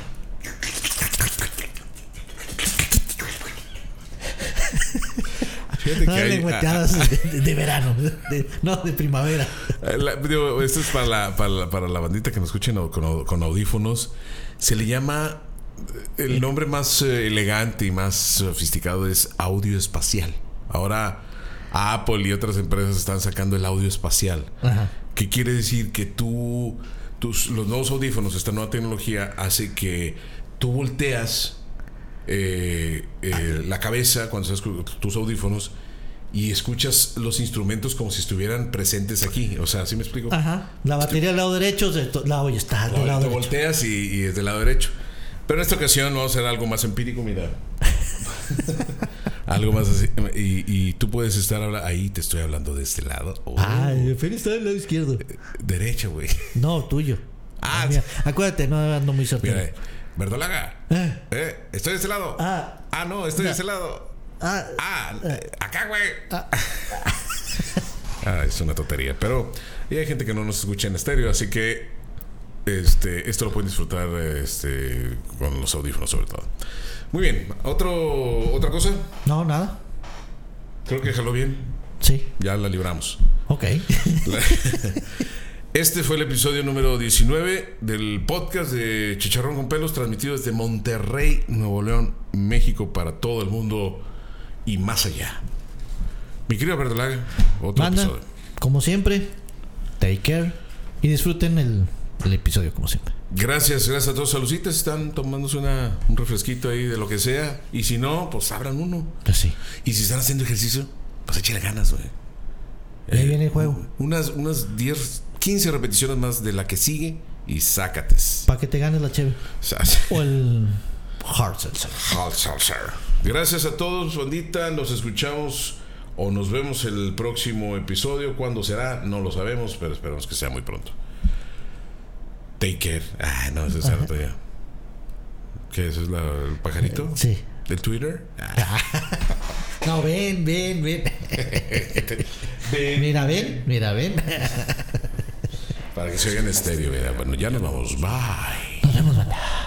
Speaker 2: Fíjate que
Speaker 1: No,
Speaker 2: hay,
Speaker 1: lengüeteadas de, de- de verano. de- no, de primavera.
Speaker 2: ah, la- digo, esto es para la, para, la, para la bandita que nos escuchen o- con, au- con audífonos. Se le llama eh, el nombre más eh, elegante y más sofisticado es audio espacial. Ahora Apple y otras empresas están sacando el audio espacial.
Speaker 1: Ajá.
Speaker 2: ¿Qué quiere decir? Que tú, tus, los nuevos audífonos, esta nueva tecnología hace que tú volteas eh, eh, la cabeza cuando estás con tus audífonos y escuchas los instrumentos como si estuvieran presentes aquí. O sea, ¿sí me explico?
Speaker 1: Ajá. La batería al lado derecho, de to- la oye, está
Speaker 2: Ahora
Speaker 1: del lado
Speaker 2: te
Speaker 1: derecho.
Speaker 2: volteas y, y es del lado derecho. Pero en esta ocasión vamos a hacer algo más empírico, mira. algo más así. Y, y tú puedes estar habla- ahí, te estoy hablando de este lado. Oh,
Speaker 1: Ah, Félix está del lado izquierdo.
Speaker 2: Derecho, güey.
Speaker 1: No, tuyo.
Speaker 2: Ah,
Speaker 1: Ah, mira. Acuérdate, no ando muy certero.
Speaker 2: Mira, eh, verdolaga.
Speaker 1: Eh.
Speaker 2: Eh, estoy de este lado.
Speaker 1: Ah.
Speaker 2: Ah, no, estoy de este lado.
Speaker 1: Ah,
Speaker 2: Ah, eh, acá, güey. Ah, es una tontería. Pero y hay gente que no nos escucha en estéreo, así que este, esto lo pueden disfrutar este, con los audífonos, sobre todo. Muy bien, otro, otra cosa.
Speaker 1: no, nada.
Speaker 2: Creo que jaló bien.
Speaker 1: Sí.
Speaker 2: Ya la libramos.
Speaker 1: Ok.
Speaker 2: Este fue el episodio número 19 del podcast de Chicharrón con Pelos, transmitido desde Monterrey, Nuevo León, México, para todo el mundo y más allá. Mi querido Verdolaga, otro
Speaker 1: Manda,
Speaker 2: episodio.
Speaker 1: como siempre, take care y disfruten el, el episodio como siempre.
Speaker 2: Gracias, gracias a todos. Saluditas, están tomándose una, un refresquito ahí de lo que sea. Y si no, pues abran uno.
Speaker 1: Así.
Speaker 2: Y si están haciendo ejercicio, pues échenle ganas, güey. Eh,
Speaker 1: Ahí viene el juego.
Speaker 2: Unas, unas 10, 15 repeticiones más de la que sigue y sácates.
Speaker 1: Para que te ganes la cheve.
Speaker 2: O sea,
Speaker 1: O el hard seltzer.
Speaker 2: Hot Salsa. Gracias a todos, bandita. Nos escuchamos o nos vemos el próximo episodio. ¿Cuándo será? No lo sabemos, pero esperamos que sea muy pronto. Take care. Ah, no, ese es el otro día. ¿Qué? ¿Ese es la- el pajarito?
Speaker 1: Sí.
Speaker 2: ¿Del Twitter? Ah.
Speaker 1: No, ven, ven, ven. Mira, ven, mira, ven.
Speaker 2: Para que se oiga en estéreo. mira. Bueno, ya nos vamos. Bye.
Speaker 1: Nos vemos, banda.